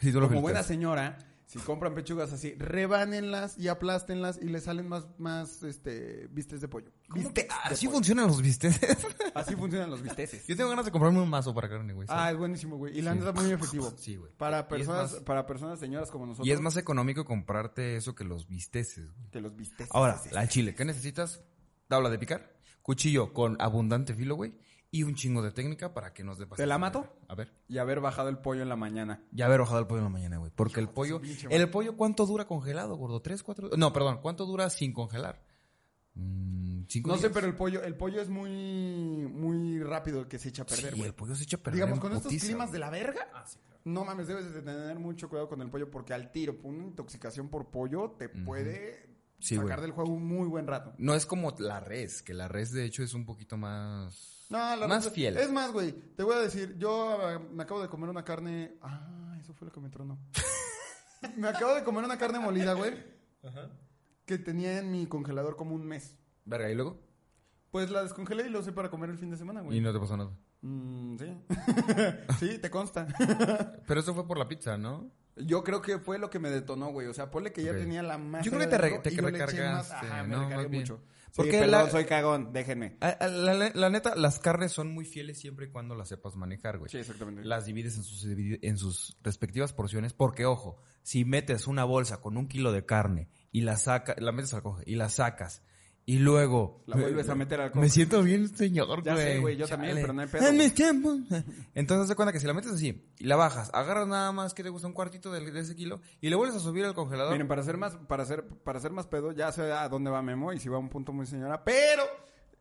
A: Sí, tú lo
C: Como
A: filtras.
C: buena señora, si compran pechugas así, rebánenlas y aplástenlas y le salen más, más este, bistes de pollo.
A: Viste,
C: Bistes de
A: así
C: pollo.
A: funcionan los bisteces.
C: Así funcionan los bisteces.
A: Yo tengo ganas de comprarme un mazo para carne, güey.
C: Ah, es buenísimo, güey. Y la neta muy efectivo.
A: Sí, güey. Y
C: Para
A: es
C: personas,
A: más-
C: para personas señoras como nosotros.
A: y es más económico comprarte eso que los bisteces, güey.
C: que los bisteces.
A: Ahora, la chile, ¿qué necesitas? Tabla de picar, cuchillo con abundante filo, güey, y un chingo de técnica para que nos dé
C: ¿Te la mato?
A: A ver.
C: Y haber bajado el pollo en la mañana.
A: Ya haber ojado el pollo en la mañana, güey. Porque el pollo.
C: pinche madre.
A: ¿El pollo cuánto dura congelado, gordo? ¿Tres, cuatro? No, perdón. ¿Cuánto dura sin congelar? Mm, cinco
C: No sé,
A: días.
C: pero el pollo, el pollo es muy, muy rápido que se echa a perder,
A: Sí,
C: güey.
A: el pollo se echa a perder.
C: Digamos,
A: en
C: con estos
A: putiza,
C: climas
A: güey.
C: de la verga, no mames, debes de tener mucho cuidado con el pollo porque al tiro, una intoxicación por pollo te puede
A: Sí,
C: sacar
A: güey.
C: del juego un muy buen rato.
A: No es como la res, que la res de hecho es un poquito más.
C: No, la
A: más
C: verdad-
A: fiel.
C: Es más, güey, te voy a decir, yo ah, me acabo de comer una carne. Ah, eso fue lo que me tronó. me acabo de comer una carne molida, güey, que tenía en mi congelador como un mes.
A: Verga, y luego.
C: Pues la descongelé y lo usé para comer el fin de semana,
A: Y
C: güey.
A: no te pasó nada.
C: Mm, sí. sí, te consta.
A: Pero eso fue por la pizza, ¿no?
C: Yo creo que fue lo que me detonó, güey. O sea, ponle que ya
A: Ok.
C: tenía la más.
A: Yo creo que te re- te recargaste,
C: Ajá, me
A: ¿no?
C: recargué
A: Más bien.
C: mucho.
A: Porque
C: Porque perdón,
A: la-
C: soy cagón, déjenme.
A: A- a- Ah, La, la- la neta, las carnes son muy fieles siempre y cuando las sepas manejar, güey.
C: Sí, exactamente.
A: Las divides en sus, dividi- en sus respectivas porciones porque, ojo, si metes una bolsa con un kilo de carne y la saca, la metes al congelador y la sacas y luego...
C: La vuelves a meter al
A: Me
C: congelador.
A: siento bien, señor,
C: Ya
A: güey.
C: sé, güey, yo también, pero no hay pedo.
A: Ah, mis tiempos. Entonces, se cuenta que si la metes así y la bajas, agarras nada más que te gusta un cuartito de, de ese kilo y le vuelves a subir al congelador.
C: Miren, para ser más, para ser, para ser más pedo, ya sé a dónde va Memo y si va a un punto muy señora, pero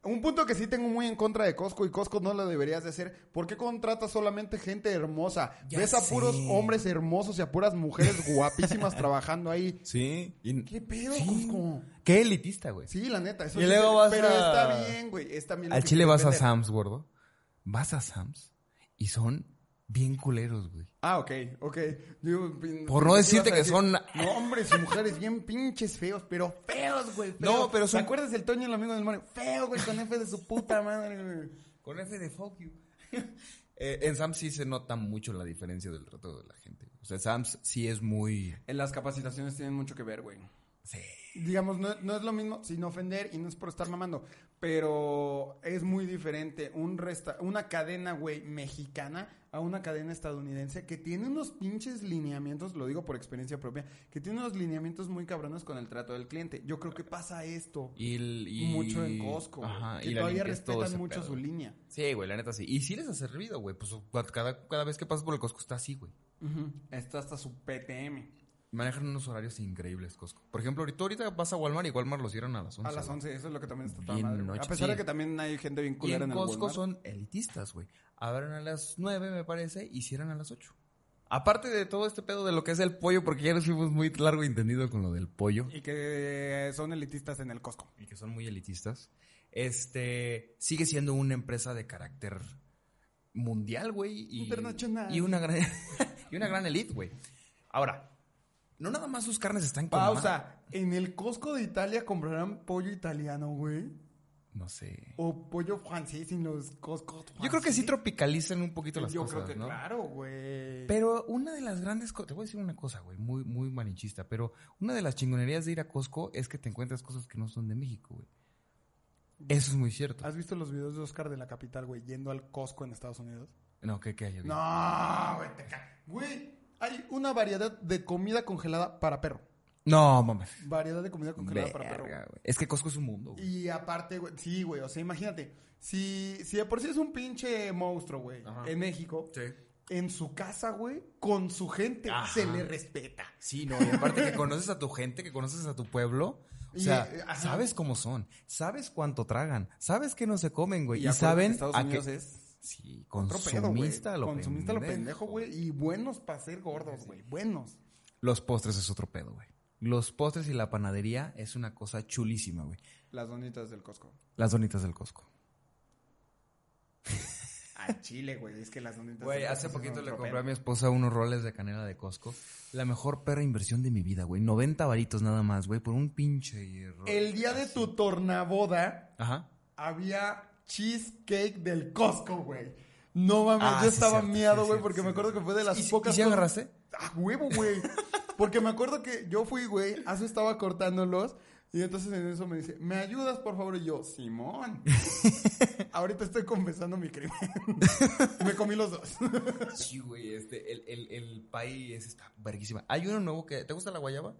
C: un punto que sí tengo muy en contra de Costco y Costco no lo deberías de hacer. ¿Por qué contratas solamente gente hermosa?
A: Ya
C: Ves a
A: sé.
C: puros hombres hermosos y a puras mujeres guapísimas trabajando ahí.
A: sí. y-
C: ¿Qué pedo,
A: Sí.
C: Costco?
A: Qué elitista, güey.
C: Sí, la neta. Eso
A: Y
C: sí
A: luego
C: se-
A: vas
C: Pero
A: a-
C: está bien, güey. Está bien. lo
A: Al
C: que
A: chile
C: quieren
A: vas a
C: vender.
A: Sam's, gordo. Vas a Sam's y son bien culeros, güey.
C: Ah, ok, ok. Yo, pin-
A: Por no
C: ¿qué
A: decirte
C: ibas a
A: que son-
C: No, hombres y mujeres bien pinches feos, pero feos, güey. feos.
A: No, pero son-
C: ¿Te acuerdas del Toño, el amigo del Mario? Feo, güey, con F de su puta madre, güey.
A: Con F de fuck you. Eh, en Sam's sí se nota mucho la diferencia del trato de la gente. O sea, Sam's sí es muy...
C: En Las capacitaciones tienen mucho que ver, güey.
A: Sí.
C: Digamos, no, no es lo mismo sin ofender y no es por estar mamando, pero es muy diferente un resta una cadena, güey, mexicana a una cadena estadounidense que tiene unos pinches lineamientos, lo digo por experiencia propia, que tiene unos lineamientos muy cabrones con el trato del cliente. Yo creo que pasa esto
A: Y, el- y-
C: mucho en Costco, güey,
A: Ajá,
C: que
A: y la
C: todavía
A: limpieza, todo
C: respetan
A: ese
C: mucho
A: pedo.
C: su línea.
A: Sí, güey, la neta sí. Y sí les ha servido, güey. Pues cada, cada vez que pasas por el Costco está así, güey.
C: Está hasta su PTM.
A: manejan unos horarios increíbles, Costco. Por ejemplo, ahorita, ahorita vas a Walmart y Walmart los cierran a las 11.
C: A las
A: güey.
C: 11, eso es lo que también está tan
A: Bien
C: madre. güey. A
A: noche,
C: pesar de
A: sí.
C: que también hay gente bien
A: Y
C: culera en,
A: en
C: el
A: Costco
C: Walmart.
A: son elitistas, güey. Abren a las 9, me parece, y cierran a las 8. Aparte de todo este pedo de lo que es el pollo, porque ya nos fuimos muy largo y entendido con lo del pollo.
C: Y que son elitistas en el Costco.
A: y que son muy elitistas, este sigue siendo una empresa de carácter mundial, güey. y-
C: Internacional.
A: Y una gran, y una gran elite, güey. Ahora, no nada más sus carnes están
C: Ah,
A: con ma-
C: Pausa. Pues, ¿En el Costco de Italia comprarán pollo italiano, güey?
A: No sé.
C: ¿O pollo francés en los Costco?
A: Yo creo que sí
C: francés?
A: tropicalizan un poquito las
C: ¿ah, Yo
A: cosas,
C: creo que
A: ¿no?
C: claro, güey.
A: Pero una de las grandes cosas, te voy a decir una cosa, güey, muy, muy malinchista, pero una de las chingonerías de ir a Costco es que te encuentras cosas que no son de México, güey. Eso es muy cierto.
C: ¿Has visto los videos de Oscar de la capital, güey, yendo al Costco en Estados Unidos?
A: No, ¿qué, qué hay? güey?
C: No, güey, te ca- Güey, hay una variedad de comida congelada para perro.
A: No, mames.
C: Variedad de comida congelada para perro.
A: Verga, güey. Es que Costco es un mundo, güey.
C: Y aparte, güey, sí, güey, o sea, imagínate, si, si de por sí es un pinche monstruo, güey,
A: Ajá.
C: en México,
A: Sí.
C: en su casa, güey, con su gente,
A: Ajá.
C: se le respeta.
A: Sí, no, y aparte que conoces a tu gente, que conoces a tu pueblo. O
C: Y,
A: sea,
C: eh, ajá.
A: sabes cómo son, sabes cuánto tragan, sabes que no se comen, güey. Y,
C: acuérdate que
A: saben
C: Estados
A: a
C: Unidos
A: qué-
C: es
A: Sí,
C: otro pedo, güey.
A: consumista lo
C: Consumista lo
A: pendejo.
C: pendejo, güey, y buenos para ser gordos, güey, buenos.
A: Los postres es otro pedo, güey. Los postres y la panadería es una cosa chulísima, güey.
C: Las donitas del Costco.
A: Las donitas del Costco.
C: A Chile, güey, es que las donitas
A: Güey,
C: del
A: hace
C: Costco son
A: poquito le
C: otro
A: compré
C: pedo.
A: a mi esposa unos roles de canela de Costco. La mejor perra inversión de mi vida, güey. 90 varitos nada más, güey, por un pinche hierro.
C: El día
A: Ah,
C: de tu tornaboda,
A: Ajá.
C: había cheesecake del Costco, güey. No mames,
A: Ah,
C: yo
A: sí,
C: estaba
A: cierto,
C: miado,
A: sí,
C: güey,
A: cierto,
C: porque me
A: cierto.
C: acuerdo que fue de las
A: ¿Y si-
C: pocas.
A: y si
C: cosas-
A: agarraste?
C: Ah, huevo, güey. Porque me acuerdo que yo fui, güey, Azu estaba cortándolos. Y entonces en eso me dice, ¿me ayudas, por favor? Y yo, Simón. Ahorita estoy confesando mi crimen. me comí los dos.
A: Sí, güey, este, el, el, el pay es, está verguísima. Hay uno nuevo que. ¿Te gusta la guayaba?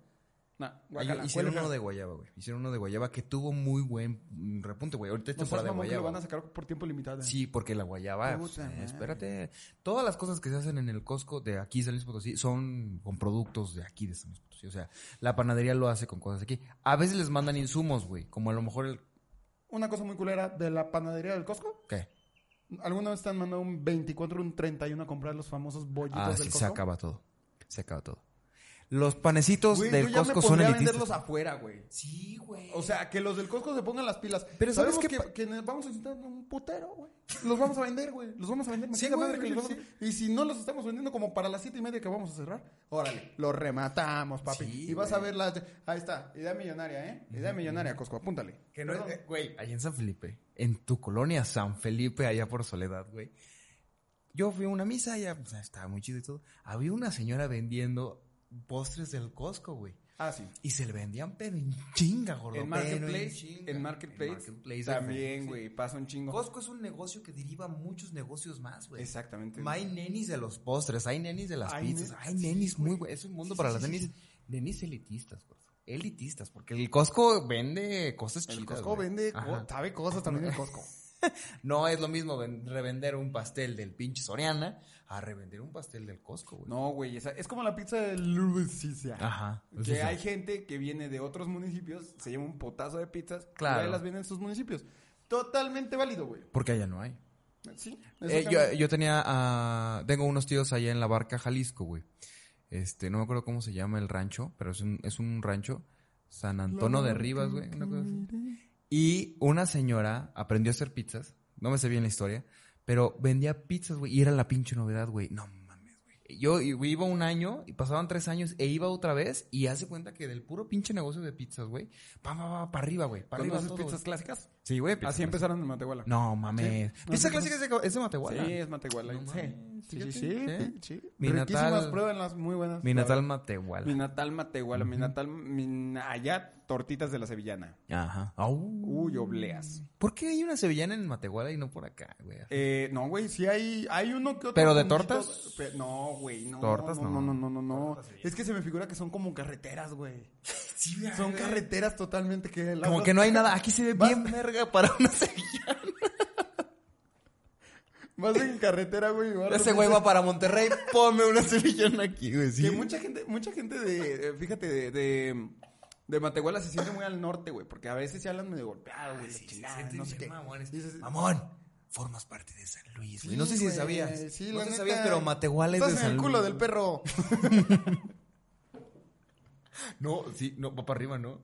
C: no,
A: Hay-
C: guacala,
A: hicieron
C: cuelga.
A: uno de guayaba, güey. Hicieron uno de guayaba que tuvo muy buen mm, repunte, güey. Ahorita es
C: No seas
A: temporada de
C: mamón que lo
A: guayaba.
C: van a sacar por tiempo limitado.
A: Sí, porque la guayaba. pues,
C: Puta
A: eh,
C: madre.
A: espérate. Todas las cosas que se hacen en el Costco de aquí, San Luis Potosí, son con productos de aquí, de San Luis Potosí. O sea, la panadería lo hace con cosas de aquí. A veces les mandan insumos, güey. Como a lo mejor el.
C: Una cosa muy culera de la panadería del Costco.
A: ¿Qué?
C: ¿Alguna vez te han mandado un 24, un 31 a comprar los famosos bollitos
A: Ah,
C: del
A: sí,
C: Costco?
A: se acaba todo. Se acaba todo. Los panecitos
C: Güey,
A: del
C: yo ya
A: Costco
C: me
A: son
C: pondría a
A: elitistas.
C: venderlos afuera, güey.
A: Sí, güey.
C: O sea, que los del Costco se pongan las pilas.
A: Pero ¿sabes
C: Sabemos
A: qué
C: que,
A: pa-
C: que nos vamos a necesitar un putero, güey. Los vamos a vender, güey. Los vamos a vender. me
A: Sí,
C: chinga
A: güey,
C: madre que los
A: sí.
C: vamos a- Y si no los estamos vendiendo como para las siete y media que vamos a cerrar, órale, los rematamos, papi.
A: Sí,
C: y vas a ver las... Ahí está, idea millonaria, ¿eh? Idea millonaria, Costco, apúntale.
A: Que no es-
C: Perdón.
A: eh, güey, allá en San Felipe, en tu colonia San Felipe, allá por Soledad, güey. Yo fui a una misa, ya pues, estaba muy chido y todo. Había una señora vendiendo postres del Costco, güey.
C: Ah, sí.
A: Y se le vendían, pero en chinga, gordo.
C: En
A: pero
C: Marketplace,
A: chinga.
C: en Marketplace,
A: Marketplace,
C: también,
A: sí.
C: güey, pasa un chingo.
A: Costco es un negocio que deriva muchos negocios más, güey.
C: Exactamente.
A: Hay nenis de los postres, hay nenis de las
C: Hay
A: pizzas,
C: nen-
A: hay nenis muy güey. Es un mundo para las nenis. Nenis elitistas, güey. Elitistas, porque el Costco vende cosas chidas.
C: El Costco
A: güey.
C: vende, co-
A: Ajá.
C: sabe cosas también el Costco.
A: No es lo mismo ven- revender un pastel del pinche Soriana a revender un pastel del Costco, güey.
C: No, güey, esa- es como la pizza de Lucicia.
A: Ajá.
C: Que
A: Pues Sí, sí.
C: hay gente que viene de otros municipios, se lleva un potazo de pizzas,
A: Claro.
C: y ahí las venden en sus municipios. Totalmente válido, güey.
A: Porque allá no hay.
C: Sí.
A: Eh, yo,
C: exactamente.
A: yo tenía, ah, tengo unos tíos allá en la barca Jalisco, güey. Este, no me acuerdo cómo se llama el rancho, pero es un, es un rancho, San Antonio de Rivas, güey. una cosa así. Y una señora aprendió a hacer pizzas, no me sé bien la historia, pero vendía pizzas, güey, y era la pinche novedad, güey. No mames, güey. Yo i- iba un año, y pasaban tres años, e iba otra vez, y hace cuenta que del puro pinche negocio de pizzas, güey, pa, pa, pa, para arriba, güey, para arriba.
C: ¿Conoces
A: todo,
C: pizzas
A: güey.
C: clásicas?
A: Sí, güey, pizzas
C: Así
A: clásicas.
C: empezaron en Matehuala.
A: No mames.
C: Sí.
A: Pizza clásica es de, es de Matehuala.
C: Sí, es Matehuala.
A: No
C: sí.
A: mames,
C: sí, sí,
A: fíjate,
C: sí,
A: ¿eh?
C: sí.
A: Mi
C: Riquísimas,
A: natal-
C: pruébenlas, muy buenas.
A: Mi natal
C: Mi
A: Matehuala.
C: natal Matehuala, mi natal... mi- allá, tortitas de la sevillana.
A: Ajá. Au.
C: Uy, obleas.
A: ¿Por qué hay una sevillana en Matehuala y no por acá, güey?
C: Eh, no, güey, sí hay, hay uno que otro.
A: ¿Pero de
C: puntito-
A: tortas?
C: pe- no, güey, no.
A: Tortas,
C: no. No,
A: no.
C: no, no, no, no. Es que se me figura que son como carreteras, güey.
A: Sí,
C: Son carreteras totalmente que... las
A: Como
C: dos-
A: que no hay nada. Aquí se ve
C: Vas-
A: bien verga para una sevillana.
C: Vas en carretera, güey. y vas
A: Ese güey va para Monterrey, ponme una semillona aquí, güey. ¿sí?
C: Que mucha gente, mucha gente de, eh, fíjate, de, de, de Matehuala se siente muy al norte, güey, porque a veces se hablan medio golpeado,
A: Ah,
C: güey, la chingada, "Ah, no sé qué. Dices,
A: Mamón, formas parte de San Luis, güey. No sé
C: sí,
A: si
C: güey,
A: sabías.
C: sí,
A: no
C: la
A: sé si
C: neta,
A: sabías, pero Matehuala es de
C: estás
A: San Luis.
C: en el culo del perro.
A: No, sí, no, va para arriba, ¿no?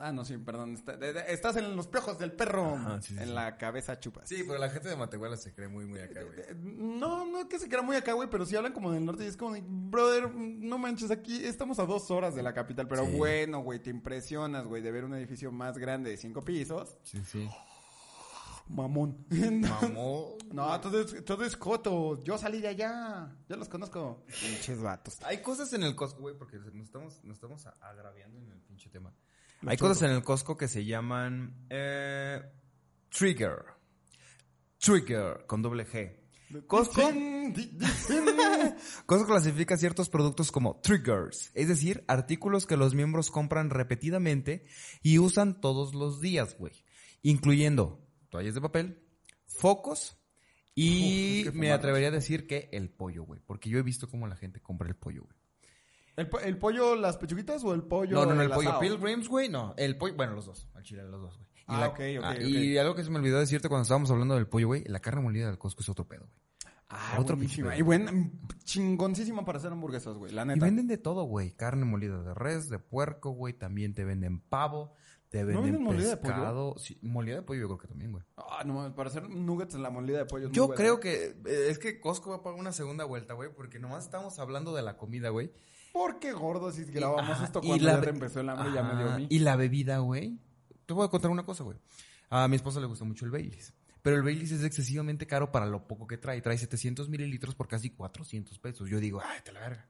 C: Ah, no, sí, perdón. está- de- de- estás en los piojos del perro.
A: Ajá, sí, sí,
C: en
A: sí.
C: la cabeza chupas.
A: Sí, pero la gente de Matehuala se cree muy, muy acá, güey.
C: Eh, No, no es que se crea muy acá, güey, pero sí hablan como del norte y es como de, brother, no manches, aquí estamos a dos horas de la capital, pero
A: Sí.
C: bueno, güey, te impresionas, güey, de ver un edificio más grande de cinco pisos.
A: Sí, sí.
C: Mamón.
A: Mamón.
C: No, todo es, todo es coto. Yo salí de allá. Yo los conozco. Pinches vatos.
A: Hay cosas en el Costco, güey, porque nos estamos, nos estamos a- agraviando en el pinche tema. Hay cosas en el Costco que se llaman eh, Trigger. Trigger, con doble G. Costco, Costco clasifica ciertos productos como triggers, es decir, artículos que los miembros compran repetidamente y usan todos los días, güey. Incluyendo toallas de papel, focos y
C: Uf, es que
A: me
C: fumarlos.
A: atrevería a decir que el pollo, güey. Porque yo he visto cómo la gente compra el pollo, güey.
C: ¿El, po- el pollo, las pechuguitas o el pollo?
A: No, no, no, el pollo
C: asado?
A: Pilgrims, güey, no. El pollo, bueno, los dos. Al chile, los dos, güey. Y
C: Ah,
A: la-
C: ok, ok, ok.
A: Y algo que se me olvidó decirte cuando estábamos hablando del pollo, güey, la carne molida del Costco es otro pedo, güey.
C: Ah,
A: Otro
C: buenísima.
A: pinche
C: Y buen, chingoncísima para hacer hamburguesas, güey. La
A: Y
C: neta.
A: venden de todo, güey. Carne molida de res, de puerco, güey. También te venden pavo, te venden
C: venden molida de pollo?
A: pescado. Sí, molida de pollo yo creo que también, güey.
C: Ah, no mames, para hacer nuggets en la molida de pollo. es muy
A: Yo
C: buena.
A: creo que eh, es que Costco va para una segunda vuelta, güey, porque nomás estamos hablando de la comida, güey.
C: Porque gordos si grabamos
A: Ajá,
C: esto
A: y
C: cuando
A: la
C: ya te
A: be-
C: empezó el hambre y ya me dio a
A: Ajá,
C: mí.
A: Y la bebida, güey. Te voy a contar una cosa, güey. A mi esposa le gusta mucho el Baileys. Pero el Baileys es excesivamente caro para lo poco que trae. Trae 700 mililitros por casi 400 pesos. Yo digo, ay, te la verga.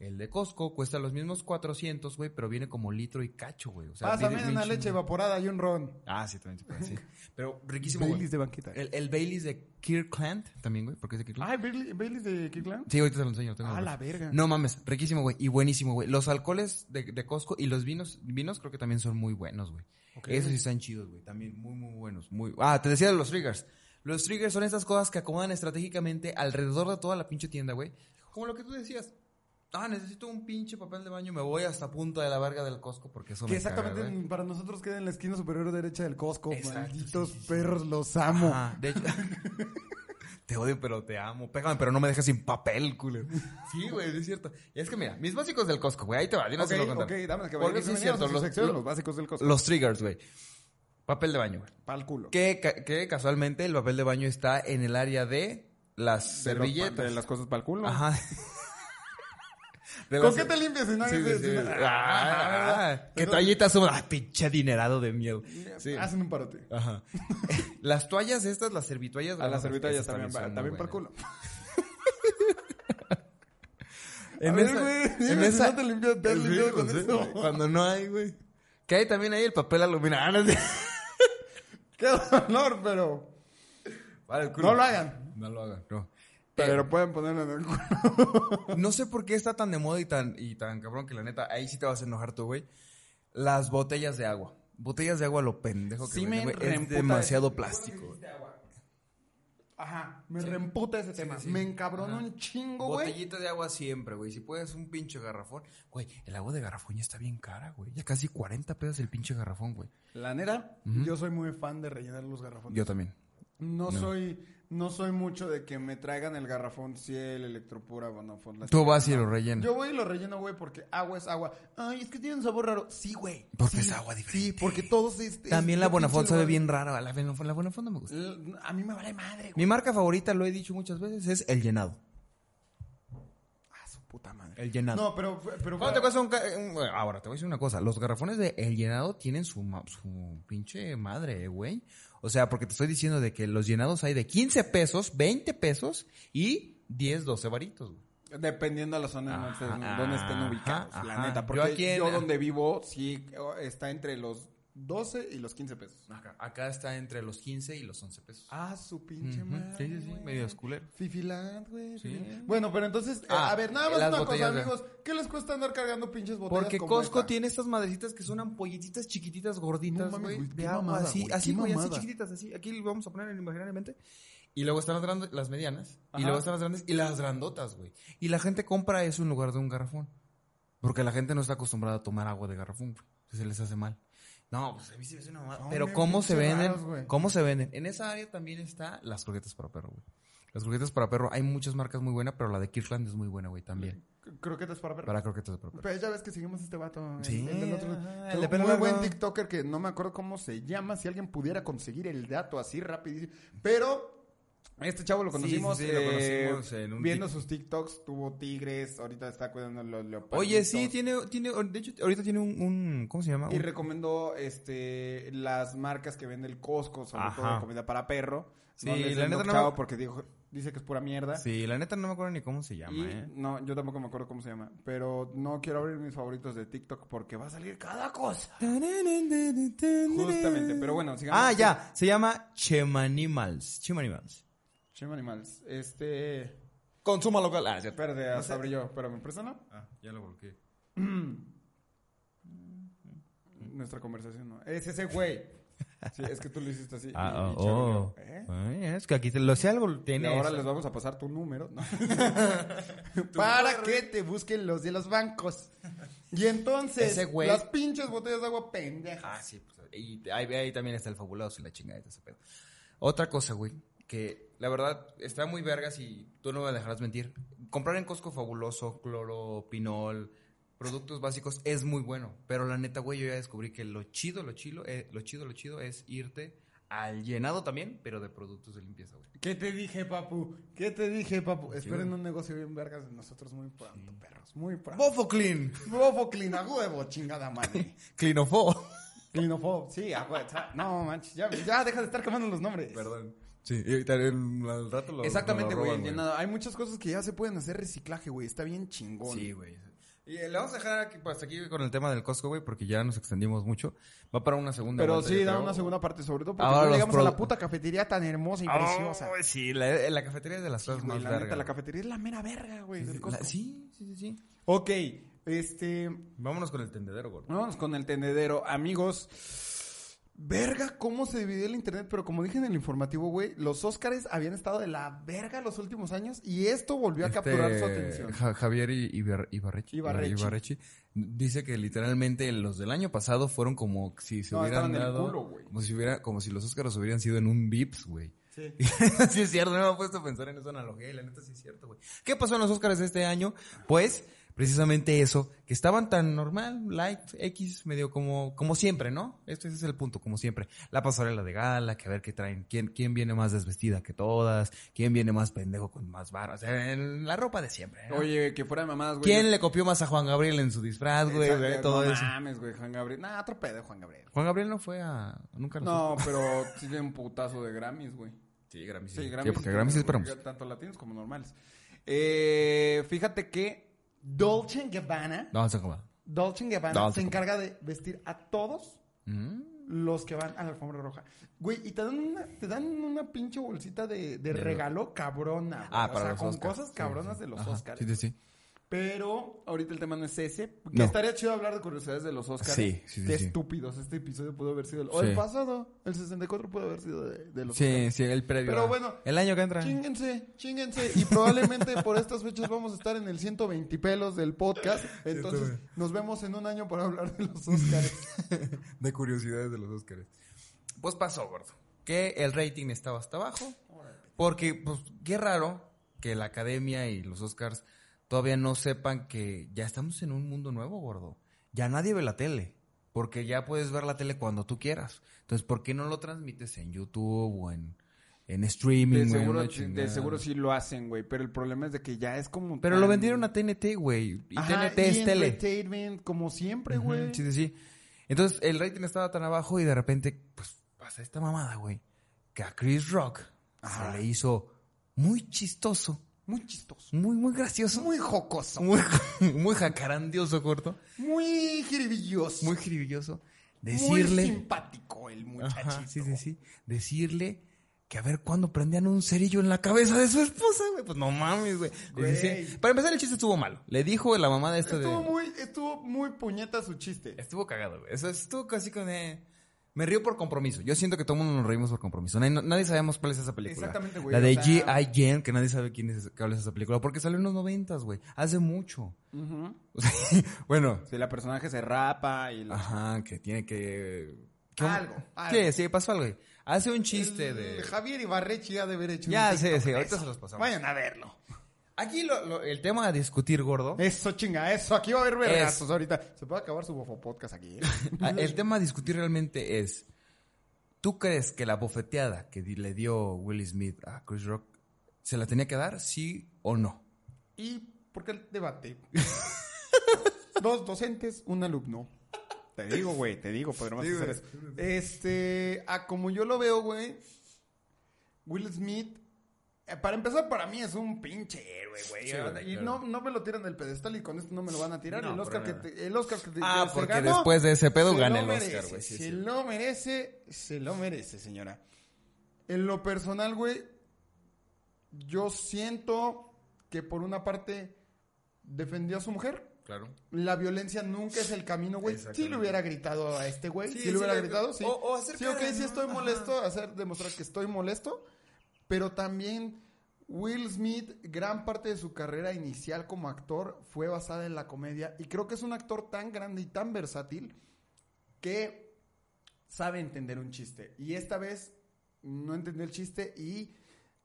A: El de Costco cuesta los mismos 400, güey, pero viene como litro y cacho, güey. O sea,
C: Pásame
A: viene bien
C: una
A: chingón.
C: leche evaporada y un ron.
A: Ah, sí, también se puede decir. Pero riquísimo, güey. Eh,
C: Baileys de banquita.
A: El, el Baileys de Kirkland también, güey, porque es de Kirkland.
C: Ay, Bailey- Baileys de Kirkland.
A: Sí, ahorita te lo enseño. lo tengo
C: Ah,
A: en el
C: la
A: refri.
C: verga.
A: No mames, riquísimo, güey. Y buenísimo, güey. Los alcoholes de, de Costco y los vinos, vinos creo que también son muy buenos, güey. Esos sí están chidos, güey. También muy, muy buenos. Muy... Ah, te decía de los triggers. Los triggers son estas cosas que acomodan estratégicamente alrededor de toda la pinche tienda, güey. Como lo que tú decías. Ah, necesito un pinche papel de baño, me voy hasta punta de la verga del Costco porque eso
C: Que
A: me caga,
C: exactamente
A: güey.
C: para nosotros queda en la esquina superior derecha del Costco.
A: Exacto,
C: Malditos
A: sí, sí, sí.
C: perros, los amo.
A: Ajá, de hecho. te odio, pero te amo. Pégame, pero no me dejes sin papel, culero. Sí, güey, es cierto. Y es que mira, mis básicos del Costco, güey. Ahí te va, yo no se
C: ok,
A: lo voy a
C: ok,
A: contar.
C: dame que
A: Porque sí es cierto,
C: los,
A: los,
C: sección,
A: lo-
C: los básicos del Costco.
A: los triggers, güey. Papel de baño, güey.
C: Pa'l culo.
A: Que, ca- que casualmente el papel de baño está en el área de las
C: De los pa-
A: servilletas.
C: de las cosas pa'l culo.
A: Ajá. De
C: ¿Con
A: las-
C: qué te limpias si no
A: Sí,
C: hay-
A: sí,
C: si
A: sí.
C: no-
A: Ah,
C: Ah,
A: ¿Qué
C: ¿verdad?
A: tallitas son? Ah, pinche dinerado de miedo. Sí. Ah,
C: Hacen un parote.
A: Ajá. las toallas estas, las servitoallas.
C: A Ah, las
A: esas
C: servitoallas también,
A: son
C: pa-
A: muy
C: también pa'l
A: buenas.
C: culo.
A: En
C: A ver,
A: esa,
C: güey,
A: en
C: dime si
A: esa-
C: no te limpias, te has
A: Sí,
C: limpiado
A: pues,
C: con
A: sí,
C: eso.
A: güey, Cuando no hay, güey. Que hay también ahí el papel aluminado. Ah, no sé.
C: Qué dolor, pero.
A: Para el
C: No lo hagan.
A: No lo hagan, no. Eh,
C: Pero pueden ponerlo en el culo.
A: No sé por qué está tan de moda y tan, y tan cabrón que la neta, ahí sí te vas a enojar tú, güey. Las botellas de agua. Botellas de agua, lo pendejo que
C: Sí
A: venden,
C: me
A: güey. Es
C: reemputa.
A: demasiado plástico. güey.
C: Ajá. Me reemputa ese tema. Me encabrona un chingo, güey.
A: Botellita de agua siempre, güey. Si puedes, un pinche garrafón. Güey, el agua de garrafón ya está bien cara, güey. Ya casi 40 pesos el pinche garrafón, güey.
C: La neta, yo soy muy fan de rellenar los garrafones.
A: Yo también.
C: No, soy. No soy mucho de que me traigan el garrafón Ciel, Electropura, Bonafont. la
A: Tú vas y lo rellenas.
C: Yo voy y lo relleno, güey, porque agua es agua. Ay, es que tiene un sabor raro. Sí, güey.
A: Porque
C: Sí,
A: es agua
C: Sí,
A: diferente.
C: porque todos es- es-
A: También la
C: este
A: Bonafont
C: pinche
A: sabe
C: lugar-
A: bien rara. La, Bonafont- la Bonafont no me gusta.
C: L- A mí me vale madre, güey.
A: Mi marca favorita, lo he dicho muchas veces, es el llenado.
C: Ah, su puta madre.
A: El llenado.
C: No, pero... pero
A: ¿Cuánto te cuesta un, ca- eh, un- Ahora, te voy a decir una cosa. Los garrafones de El Llenado tienen su, ma- su pinche madre, eh, güey. O sea, porque te estoy diciendo de que los llenados hay de 15 pesos, 20 pesos y 10, 12 varitos, güey.
C: Dependiendo de la zona en
A: Ajá,
C: donde, estés- donde estén
A: ajá,
C: ubicados, la
A: ajá.
C: neta.
A: Yo
C: Porque yo,
A: aquí en-
C: donde vivo sí eh, está entre los 12 y los 15 pesos.
A: Acá, acá está entre los 15 y los 11 pesos.
C: Ah, su pinche
A: Ujú.
C: madre,
A: Sí, sí, sí,
C: güey.
A: medio esculero.
C: Fifiland, güey.
A: Sí.
C: Fifiland. Bueno, pero entonces, eh,
A: Ah,
C: a ver, nada más
A: las
C: una cosa,
A: botellas de-
C: amigos. ¿Qué les cuesta andar cargando pinches botellas
A: Porque
C: como
A: Costco
C: esta?
A: tiene estas madrecitas que son ampolletitas chiquititas, gorditas,
C: No mames,
A: güey,
C: güey, qué
A: de agua,
C: mamada,
A: así,
C: güey,
A: así,
C: qué
A: güey, así
C: mamada.
A: chiquititas, así. Aquí lo vamos a poner en imaginariamente. Y luego están las, grandes- las medianas. Y
C: Ajá.
A: luego están las grandes y las grandotas, güey. Y la gente compra eso en lugar de un garrafón. Porque la gente no está acostumbrada a tomar agua de garrafón, güey. Entonces se les hace mal. No, pues a mí se me hace una mamada.
C: Son
A: Pero
C: bien
A: ¿cómo se
C: pinche
A: venden?
C: raros, güey.
A: ¿Cómo se venden? En esa área también está las croquetas para perro, güey. Las croquetas para perro, hay muchas marcas muy buenas, pero la de Kirkland es muy buena, güey, también.
C: C- Croquetas para perro.
A: Para croquetas para perro.
C: Pues ya ves que seguimos a este vato. el-
A: Sí,
C: El, del otro.
A: ajá,
C: Que
A: el de
C: un
A: pelo
C: muy
A: largo.
C: buen TikToker que no me acuerdo cómo se llama. Si alguien pudiera conseguir el dato así rapidísimo. Pero este chavo lo
A: Sí, sí,
C: conocimos,
A: sí, lo
C: eh,
A: conocimos en un
C: viendo
A: tic-
C: sus TikToks. Tuvo tigres. Ahorita está cuidando los leopardos.
A: Oye, sí, tiene, tiene, de hecho, ahorita tiene un, un- ¿cómo se llama?
C: Y
A: Un-
C: recomendó este las marcas que vende el Costco, sobre
A: Ajá.
C: todo comida para perro.
A: Sí,
C: no les
A: la
C: den
A: neta no-
C: chavo porque dijo, dice que es pura mierda.
A: Sí, la neta no me acuerdo ni cómo se llama,
C: Y-
A: eh.
C: No, yo tampoco me acuerdo cómo se llama. Pero no quiero abrir mis favoritos de TikTok porque va a salir cada cosa. Justamente,
A: Justamente,
C: pero bueno, sigamos.
A: Ah, ya, se llama Chemanimals. Chemanimals.
C: Shame Animals. Este.
A: Consuma local. Ah, ya,
C: Espérate, hasta abrí yo. Pero me presta, ¿no?
A: Ah, lo volqué.
C: Nuestra conversación no. Es ese güey. Sí, es que tú lo hiciste así.
A: Ah,
C: y-
A: oh,
C: y
A: oh.
C: Charlie, ¿eh?
A: Ay, es que aquí te lo sé algo
C: Y
A: tiene.
C: ahora
A: eso.
C: les vamos a pasar tu número. ¿no? Para que te busquen los de los bancos. Y entonces,
A: Ese güey-
C: las pinches botellas de agua pendejas.
A: Ah, sí. pues, y ahí, ahí también está el fabuloso y la chingada de ese pedo. Otra cosa, güey, que la verdad está muy vergas y tú no me dejarás mentir. Comprar en Costco fabuloso, cloro, pinol, productos básicos es muy bueno. Pero la neta, güey, yo ya descubrí que lo chido, lo chido, eh, lo chido, lo chido es irte al llenado también, pero de productos de limpieza, güey.
C: ¿Qué te dije, papu? ¿Qué te dije, papu? Esperen un negocio bien vergas de nosotros muy pronto, perros. Muy pronto.
A: Bofo Clean.
C: Bofo clean a huevo, chingada madre.
A: Clinofo.
C: Cleanofob, sí, ah, a huevo. sa- No, manches, ya, ya deja de estar quemando los nombres.
A: Perdón. Sí, y también al rato lo
C: Exactamente,
A: lo
C: güey.
A: roban,
C: ya nada, Hay muchas cosas que ya se pueden hacer reciclaje, güey. Está bien chingón.
A: Sí, güey. Y eh, le vamos a dejar aquí, hasta aquí con el tema del Costco, güey, porque ya nos extendimos mucho. Va para una segunda
C: Pero
A: vuelta,
C: sí,
A: yo
C: da
A: creo.
C: una segunda parte, sobre todo porque
A: Ahora
C: no
A: los
C: llegamos a
A: pro-
C: la puta cafetería tan hermosa y
A: Ah,
C: preciosa.
A: sí, la, eh, la cafetería es de las cosas
C: Güey,
A: más
C: la
A: largas.
C: neta, la cafetería es la mera verga, güey. del Costco.
A: sí, sí, sí, sí.
C: Ok, este.
A: Vámonos con el tendedero, gordo.
C: Vámonos con el tendedero, amigos. Verga, cómo se dividió el internet, pero como dije en el informativo, güey, los Óscares habían estado de la verga los últimos años y esto volvió a
A: Este,
C: capturar su atención.
A: Ja- Javier I- Ibar- Ibarrechi,
C: Ibarrechi.
A: Ibarrechi dice que literalmente los del año pasado fueron como si se
C: No,
A: hubieran
C: estaban del
A: dado
C: culo, güey.
A: como si hubiera como si los Óscaros hubieran sido en un Vips, güey.
C: Sí.
A: sí es cierto, no me he puesto a pensar en esa analogía y la neta sí es cierto, güey. ¿Qué pasó en los Óscares este año? Pues precisamente eso, que estaban tan normal, light, X, medio como como siempre, ¿no? Este ese es el punto, como siempre. La pasarela de gala, que a ver qué traen, quién quién viene más desvestida que todas, quién viene más pendejo con más barba, o sea, en la ropa de siempre. ¿no?
C: Oye, que fuera de mamadas, güey.
A: ¿Quién le copió más a Juan Gabriel en su disfraz, güey?
C: Exacto,
A: Ve Todo
C: no
A: eso.
C: mames, güey, Juan Gabriel. Nah, otro pedo, Juan Gabriel.
A: Juan Gabriel no fue a nunca lo supo.
C: No, pero sí tiene un putazo de Grammys, güey.
A: Sí, Grammy.
C: Sí,
A: Grammy.
C: Grammys.
A: Porque Grammy sí esperamos.
C: Tanto latinos como normales. Eh, fíjate que Dolce Gabbana,
A: No, se acaba.
C: Dolce Gabbana
A: Dolce Mm.
C: se encarga de vestir a todos los que van a la alfombra roja. Güey, y te dan una, te dan una pinche bolsita de, de regalo cabrona. güey.
A: Ah,
C: o
A: para
C: sea,
A: los
C: con
A: Oscars.
C: cosas
A: Sí,
C: cabronas
A: sí.
C: de los ¿eh?
A: Ajá.
C: Oscars.
A: Sí, sí, sí.
C: Pero ahorita el tema no es ese. Que
A: No.
C: estaría chido hablar de curiosidades de los Oscars.
A: Sí, sí, sí,
C: Qué
A: sí.
C: estúpidos. Este episodio pudo haber sido... El, o
A: Sí.
C: el pasado. El 64 pudo haber sido de, de los
A: Sí, sí, el previo.
C: Pero
A: ah.
C: bueno,
A: El año que entra.
C: Chinguense, chinguense. Y probablemente por estas fechas vamos a estar en el 120 pelos del podcast. Entonces,
A: Estuve.
C: nos vemos en un año para hablar de los Oscars.
A: De curiosidades de los Óscares. Pues pasó, gordo. Que el rating estaba hasta abajo. Porque, pues, qué raro que la academia y los Oscars todavía no sepan que ya estamos en un mundo nuevo, gordo. Ya nadie ve la tele. Porque ya puedes ver la tele cuando tú quieras. Entonces, ¿por qué no lo transmites en YouTube o en, en streaming?
C: De
A: güey,
C: seguro,
A: una
C: de
A: chingada?
C: seguro sí lo hacen, güey. Pero el problema es de que ya es como.
A: Pero
C: tan-
A: lo vendieron a TNT, güey. Y
C: Ajá,
A: TNT es
C: y
A: tele.
C: Entertainment, como siempre,
A: Ujú,
C: güey.
A: Sí, sí, sí. Entonces, el rating estaba tan abajo y de repente, pues, pasa esta mamada, güey. Que a Chris Rock se le hizo muy chistoso,
C: Muy chistoso.
A: muy, muy gracioso,
C: Muy jocoso.
A: muy, muy jacarandioso, corto,
C: Muy jiribilloso.
A: muy
C: Muy,
A: jiribilloso. Decirle.
C: simpático el muchachito.
A: Ajá, sí, sí, sí. Decirle que a ver cuándo prendían un cerillo en la cabeza de su esposa, güey. Pues no mames, güey. Le dice-
C: Güey.
A: Para empezar, el chiste estuvo malo. Le dijo la mamá de esto de.
C: Estuvo muy, estuvo muy puñeta su chiste.
A: Estuvo cagado, güey. Eso estuvo casi con. eh, Me río por compromiso. Yo siento que todo el mundo nos reímos por compromiso. Nadie, no- nadie sabemos cuál es esa película.
C: Exactamente, güey,
A: La
C: o
A: de
C: sea-
A: G.I. Jane, que nadie sabe quién es, cuál es esa película. Porque salió en los noventas, güey. Hace mucho. O sea, bueno.
C: Si la personaje se rapa y la-
A: Ajá, que tiene que... ¿Qué-
C: Algo,
A: ¿Qué?
C: algo.
A: Sí, pasó algo. güey. Hace un chiste
C: El-
A: de...
C: Javier Ibarrechi ha de haber hecho
A: Ya,
C: un
A: sí,
C: TikTok
A: sí,
C: de
A: ahorita
C: eso.
A: se los pasamos.
C: Vayan a verlo.
A: Aquí lo- lo- el tema a discutir, gordo.
C: Eso, chinga, eso. Aquí va a haber vergazos
A: Es-
C: ahorita. Se puede acabar su bofo podcast aquí. eh?
A: Ah, El tema a discutir realmente es, ¿tú crees que la bofeteada que di- le dio Will Smith a Chris Rock se la tenía que dar, sí o no?
C: ¿Y por qué el debate? Dos docentes, un alumno. Te digo, güey, te digo, podremos hacer eso. Este, a como yo lo veo, güey, Will Smith, eh, para empezar, para mí es un pinche héroe, güey.
A: Sí, güey,
C: y
A: claro.
C: no, no me lo tiran del pedestal y con esto no me lo van a tirar.
A: No,
C: el Oscar que
A: para nada.
C: te- el Oscar que te-
A: Ah,
C: que se
A: porque
C: ganó,
A: después de ese pedo
C: se
A: gana
C: lo
A: el Oscar,
C: merece,
A: güey, sí, es
C: se
A: cierto.
C: lo merece, se lo merece, señora. En lo personal, güey, yo siento que por una parte defendió a su mujer.
A: Claro.
C: La violencia nunca es el camino, güey. Si le hubiera gritado a este güey,
A: Sí,
C: si
A: sí
C: le hubiera
A: le-
C: gritado, sí.
A: o- o hacer
C: sí, ok,
A: cara,
C: sí
A: ¿no?
C: estoy molesto, hacer demostrar que estoy molesto, pero también Will Smith, gran parte de su carrera inicial como actor fue basada en la comedia y creo que es un actor tan grande y tan versátil que sabe entender un chiste. Y esta vez no entendió el chiste y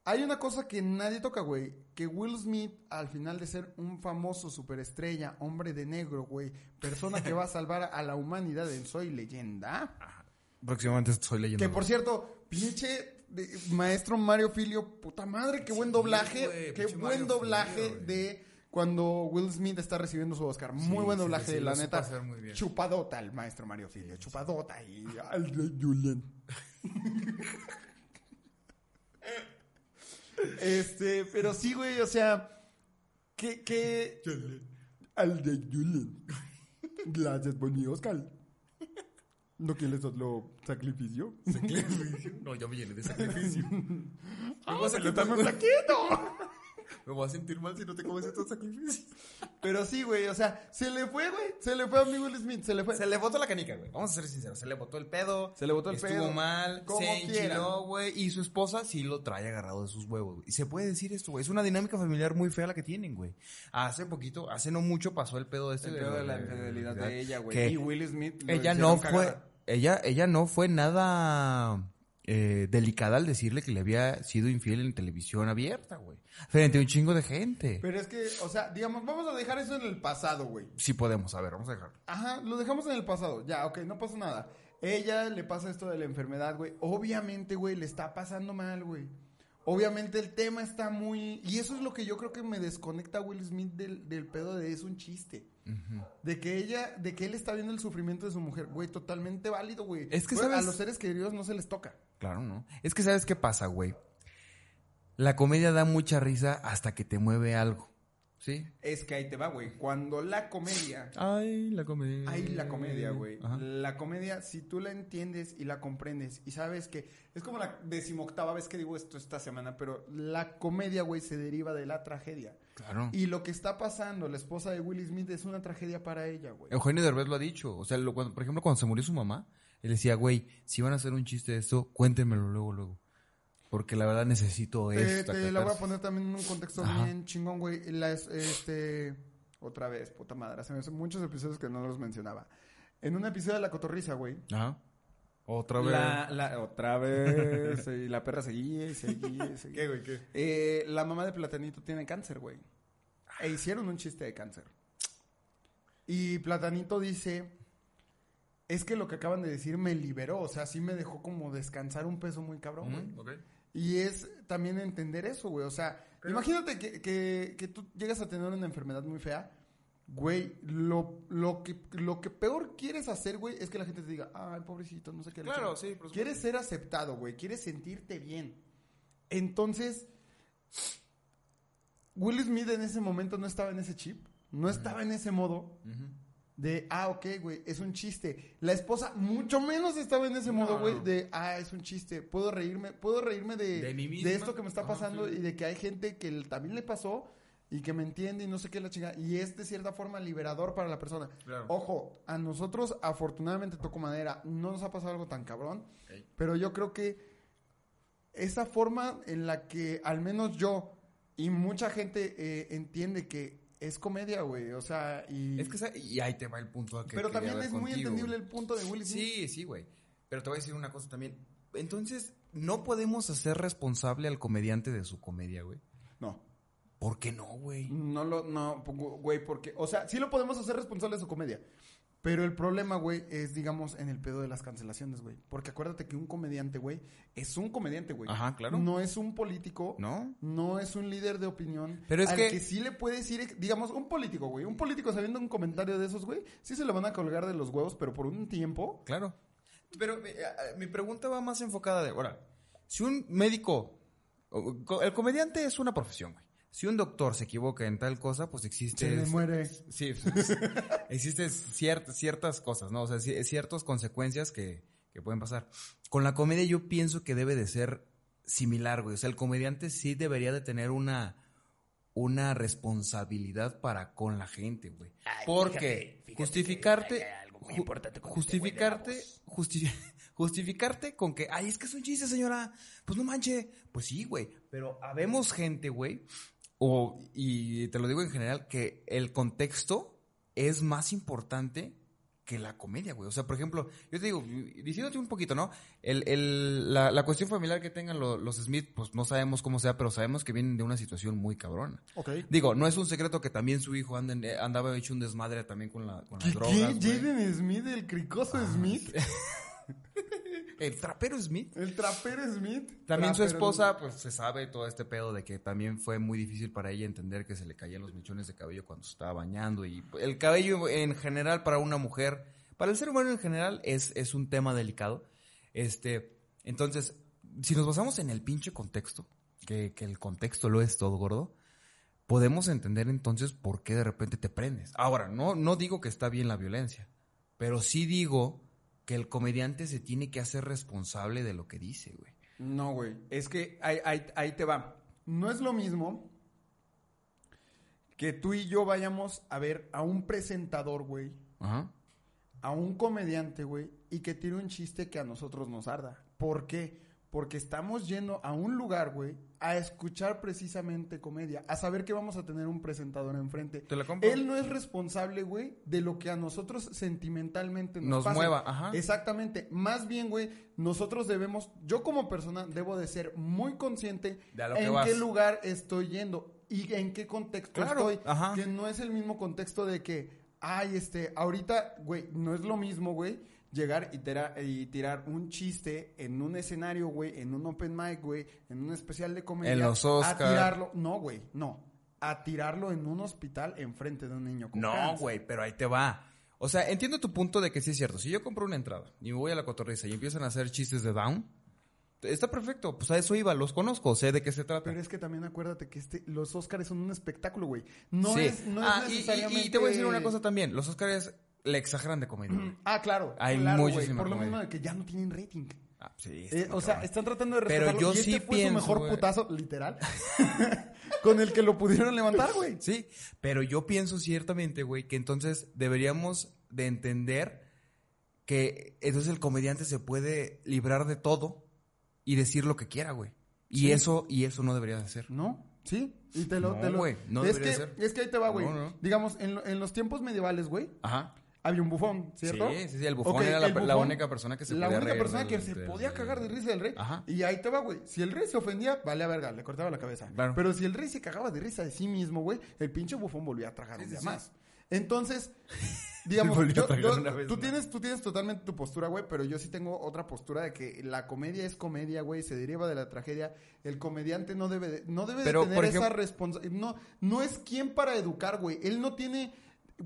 C: hay una cosa que nadie toca, güey. Que Will Smith, al final de ser un famoso superestrella, hombre de negro, güey, persona que va a salvar a la humanidad en Soy Leyenda.
A: Próximamente soy leyendo.
C: Que por cierto, pinche de- maestro Mario Filio, puta madre, qué buen doblaje,
A: güey,
C: qué
A: pinche
C: buen
A: Mario
C: doblaje
A: Filio, güey.
C: de cuando Will Smith está recibiendo su Oscar. Muy buen
A: sí,
C: doblaje,
A: sí, sí,
C: la
A: lo supo
C: neta.
A: hacer muy bien.
C: Chupadota el maestro Mario Filio, chupadota y al de Julian. este, pero sí, güey, o sea, que, que al de Julian. Gracias por mi Oscar. ¿No quieres otro sacrificio?
A: No, yo me llené de sacrificio.
C: Ah, pero dame un taquito.
A: Me voy a sentir mal si no te comes estos sacrificios.
C: Pero sí, güey, o sea, se le fue, güey. Se le fue a mi Will Smith, se le fue.
A: Se le botó la canica, güey. Vamos a ser sinceros. Se le botó el pedo.
C: Se le botó el pedo.
A: Estuvo mal.
C: Como
A: se
C: quiera.
A: enchiló, güey. Y su esposa sí lo trae agarrado de sus huevos. güey. Y se puede decir esto, güey. Es una dinámica familiar muy fea la que tienen, güey. Hace poquito, hace no mucho pasó el pedo de este.
C: El
A: de
C: pedo de la
A: infidelidad
C: infidelidad de ella, güey.
A: que
C: Y Will Smith. lo
A: ella
C: hicieron
A: no fue
C: cagada.
A: ella ella no fue nada eh, delicada al decirle que le había sido infiel en televisión abierta, güey. Frente a un chingo de gente.
C: Pero es que, o sea, digamos, vamos a dejar eso en el pasado, güey.
A: sí podemos, a ver, vamos a dejarlo.
C: Ajá, lo dejamos en el pasado. Ya, ok, no pasa nada. Ella le pasa esto de la enfermedad, güey. Obviamente, güey, le está pasando mal, güey. Obviamente el tema está muy... Y eso es lo que yo creo que me desconecta a Will Smith del, del pedo de es un chiste. De que ella, de que él está viendo el sufrimiento de su mujer. Güey, totalmente válido, güey.
A: Es que,
C: Güey, A
A: ¿sabes?
C: los seres queridos no se les toca.
A: Claro, ¿no? Es que sabes qué pasa, güey. La comedia da mucha risa hasta que te mueve algo. ¿Sí?
C: Es que ahí te va, güey. Cuando la comedia
A: Ay, la comedia.
C: Ahí la comedia, güey.
A: Mm, Ajá.
C: La comedia, si tú la entiendes y la comprendes y sabes que es como la decimoctava vez que digo esto esta semana, pero la comedia, güey, se deriva de la tragedia.
A: Claro.
C: Y lo que está pasando, la esposa de Will Smith es una tragedia para ella, güey.
A: Eugenio Derbez lo ha dicho. O sea, lo- cuando- por ejemplo, cuando se murió su mamá, él decía, güey, si van a hacer un chiste de esto, cuéntenmelo luego, luego. Porque la verdad necesito
C: Te,
A: esto.
C: te la voy a poner también en un contexto
A: Ajá.
C: bien chingón, güey. La es- este, otra vez, puta madre, se me hacen muchos episodios que no los mencionaba. En un episodio de La Cotorriza, güey,
A: Ajá. Otra vez.
C: La, la- otra vez. y la perra seguía y seguía y seguía.
A: güey, qué?
C: Eh, la mamá de Platanito tiene cáncer, güey.
A: Ah.
C: E hicieron un chiste de cáncer. Y Platanito dice: Es que lo que acaban de decir me liberó. O sea, sí me dejó como descansar un peso muy
A: ¿Mm?
C: cabrón, güey. Y es también entender eso, güey. O sea, imagínate que, que- que tú llegas a tener una enfermedad muy fea. Güey, lo, lo, que, lo que peor quieres hacer, güey, es que la gente te diga, ay, pobrecito, no sé qué. la
A: Claro,
C: chingada".
A: sí, por supuesto.
C: Quieres ser aceptado, güey, quieres sentirte bien. Entonces, Will Smith en ese momento no estaba en ese chip, no estaba en ese modo de, ah, ok, güey, es un chiste. La esposa mucho menos estaba en ese modo, güey, de, ah, es un chiste, puedo reírme, puedo reírme de,
A: De mí misma. Ah,
C: esto que me está
A: Ajá,
C: pasando
A: sí.
C: y de que hay gente que l- también le pasó y que me entiende y no sé qué la chica. Y es de cierta forma liberador para la persona.
A: Claro.
C: Ojo, a nosotros afortunadamente toco madera, no nos ha pasado algo tan cabrón, pero yo creo que esa forma en la que al menos yo y mucha gente eh, entiende que es comedia, güey, o sea, y...
A: Es que esa- y ahí te va el punto a que
C: pero
A: quería
C: también
A: ver
C: es muy
A: contigo,
C: entendible
A: güey.
C: el punto de Will Smith.
A: Sí, sí, güey. Pero te voy a decir una cosa también. Entonces, no podemos hacer responsable al comediante de su comedia, güey.
C: No,
A: ¿Por qué no, güey?
C: No lo, no, gu- güey, porque, o sea, sí lo podemos hacer responsable de su comedia. Pero el problema, güey, es, digamos, en el pedo de las cancelaciones, güey. Porque acuérdate que un comediante, güey, es un comediante, güey.
A: Ajá, claro.
C: No es un político.
A: ¿No?
C: No es un líder de opinión.
A: Pero es
C: al
A: que-
C: que sí le puede decir, digamos, un político, güey. Un político sabiendo un comentario de esos, güey, sí se lo van a colgar de los huevos, pero por un tiempo.
A: Claro. Pero eh, eh, mi pregunta va más enfocada de, ahora, si un médico, o- co- el comediante es una profesión, güey. Si un doctor se equivoca en tal cosa, pues existe...
C: Se le muere.
A: Sí, pues, existen ciert- ciertas cosas, ¿no? O sea, ci- ciertas consecuencias que, que pueden pasar. Con la comedia yo pienso que debe de ser similar, güey. O sea, el comediante sí debería de tener una, una responsabilidad para con la gente, güey. Porque justificarte, ju- justificarte, justi- justificarte con que, ay, es que es un chiste, señora. Pues no manche. Pues sí, güey. Pero habemos gente, güey, o, y te lo digo en general, que el contexto es más importante que la comedia, güey. O sea, por ejemplo, yo te digo, diciéndote un poquito, ¿no? El, el- la, la cuestión familiar que tengan lo- los Smith, pues no sabemos cómo sea, pero sabemos que vienen de una situación muy cabrona.
C: Ok.
A: Digo, no es un secreto que también su hijo anda en- eh, andaba hecho un desmadre también con, la, con las drogas. güey. Ah,
C: Jaden Smith, el cricoso Smith,
A: El trapero Smith.
C: el trapero Smith.
A: También su
C: Trapero
A: esposa, pues se sabe todo este pedo de que también fue muy difícil para ella entender que se le caían los mechones de cabello cuando se estaba bañando. Y el cabello en general para una mujer, para el ser humano en general, es, es un tema delicado. Este, entonces, si nos basamos en el pinche contexto, que, que el contexto lo es todo, gordo, podemos entender entonces por qué de repente te prendes. Ahora, no, no digo que está bien la violencia, pero sí digo que el comediante se tiene que hacer responsable de lo que dice, güey.
C: No, güey. Es que ahí, ahí- ahí te va. No es lo mismo que tú y yo vayamos a ver a un presentador, güey,
A: Ajá.
C: a un comediante, güey, y que tire un chiste que a nosotros nos arda. ¿Por qué? Porque estamos yendo a un lugar, güey, a escuchar precisamente comedia, a saber que vamos a tener un presentador enfrente.
A: Te la compro.
C: Él no es responsable, güey, de lo que a nosotros sentimentalmente nos,
A: Nos
C: pase.
A: mueva, ajá.
C: Exactamente. Más bien, güey, nosotros debemos, yo como persona, debo de ser muy consciente
A: De a lo
C: en
A: que vas.
C: qué lugar estoy yendo y en qué contexto
A: Claro,
C: estoy.
A: ajá.
C: Que no es el mismo contexto de que, ay, este, ahorita, güey, no es lo mismo, güey, llegar y, tera- y tirar un chiste en un escenario, güey, en un open mic, güey, en un especial de comedia.
A: En los Oscar.
C: A tirarlo, no, güey, no. A tirarlo en un hospital enfrente de un niño con
A: No,
C: cáncer.
A: güey, pero ahí te va. O sea, entiendo tu punto de que sí es cierto. Si yo compro una entrada y me voy a la cotorriza y empiezan a hacer chistes de down, está perfecto. Pues a eso iba, los conozco, sé de qué se trata.
C: Pero es que también acuérdate que este, los Oscars son un espectáculo, güey. No
A: Sí.
C: es, no
A: Ah,
C: es
A: y- y-
C: necesariamente...
A: Y, te voy a decir una cosa también. Los Oscars le exageran de comedia. güey.
C: Ah, claro.
A: Hay
C: claro, güey,
A: muchísima
C: Por lo
A: comedia.
C: mismo de que ya no tienen rating.
A: Ah, sí, está
C: Eh,
A: muy
C: o sea,
A: cabrón.
C: están tratando de
A: Pero
C: rescatarlo.
A: yo
C: y este
A: sí
C: fue
A: pienso,
C: su mejor
A: güey.
C: putazo, literal, con el que lo pudieron levantar, güey.
A: Sí, pero yo pienso ciertamente, güey, que entonces deberíamos de entender que entonces el comediante se puede librar de todo y decir lo que quiera, güey. Y eso, y eso no debería de ser.
C: ¿No? ¿Sí? Y te lo...
A: No,
C: te lo-
A: güey, no
C: es, que,
A: debería ser.
C: es que ahí te va, güey.
A: No, no.
C: Digamos, en, lo- en los tiempos medievales, güey,
A: Ajá.
C: había un bufón, ¿cierto?
A: Sí, sí, sí, el bufón
C: Ok,
A: era la-
C: el
A: la única persona que se
C: La
A: podía
C: única
A: reír
C: persona
A: del-
C: que se
A: del-
C: podía cagar de
A: del-
C: risa del rey.
A: Ajá.
C: Y ahí te va, güey. Si el rey se ofendía, vale a verga, le cortaba la cabeza.
A: Claro.
C: Pero si el rey se cagaba de risa de sí mismo, güey, el pinche bufón volvía a tragar un día más. Entonces, digamos,
A: Volvió a
C: yo-
A: tragar
C: yo-
A: una vez
C: tú,
A: más.
C: tienes, tú tienes totalmente tu postura, güey, pero yo sí tengo otra postura de que la comedia es comedia, güey, se deriva de la tragedia. El comediante no debe de, no debe de
A: Pero,
C: tener
A: por
C: esa
A: ejemplo-
C: responsabilidad. No, no es quien para educar, güey. Él no tiene,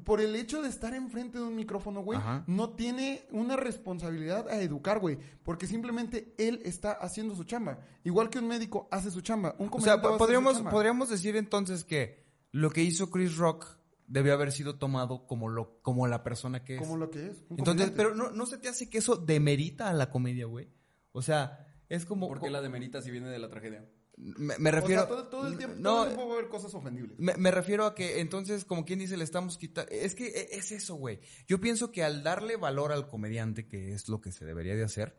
C: por el hecho de estar enfrente de un micrófono, güey,
A: Ajá.
C: no tiene una responsabilidad a educar, güey. Porque simplemente él está haciendo su chamba. Igual que un médico hace su chamba. Un
A: O sea,
C: comediante va a hacer su
A: podríamos,
C: chamba.
A: podríamos decir entonces que lo que hizo Chris Rock debió haber sido tomado como, lo, como la persona que es.
C: Como lo que es. un
A: entonces,
C: comediante.
A: pero no, no se te hace que eso demerita a la comedia, güey. O sea, es como...
B: ¿Por qué la demerita si viene de la tragedia?
A: Me, me refiero.
C: o sea, todo, todo el tiempo,
A: No,
C: todo el tiempo va a haber cosas ofendibles.
A: me, me refiero a que entonces, como quien dice, le estamos quitando. Es que e- es eso, güey. Yo pienso que al darle valor al comediante, que es lo que se debería de hacer.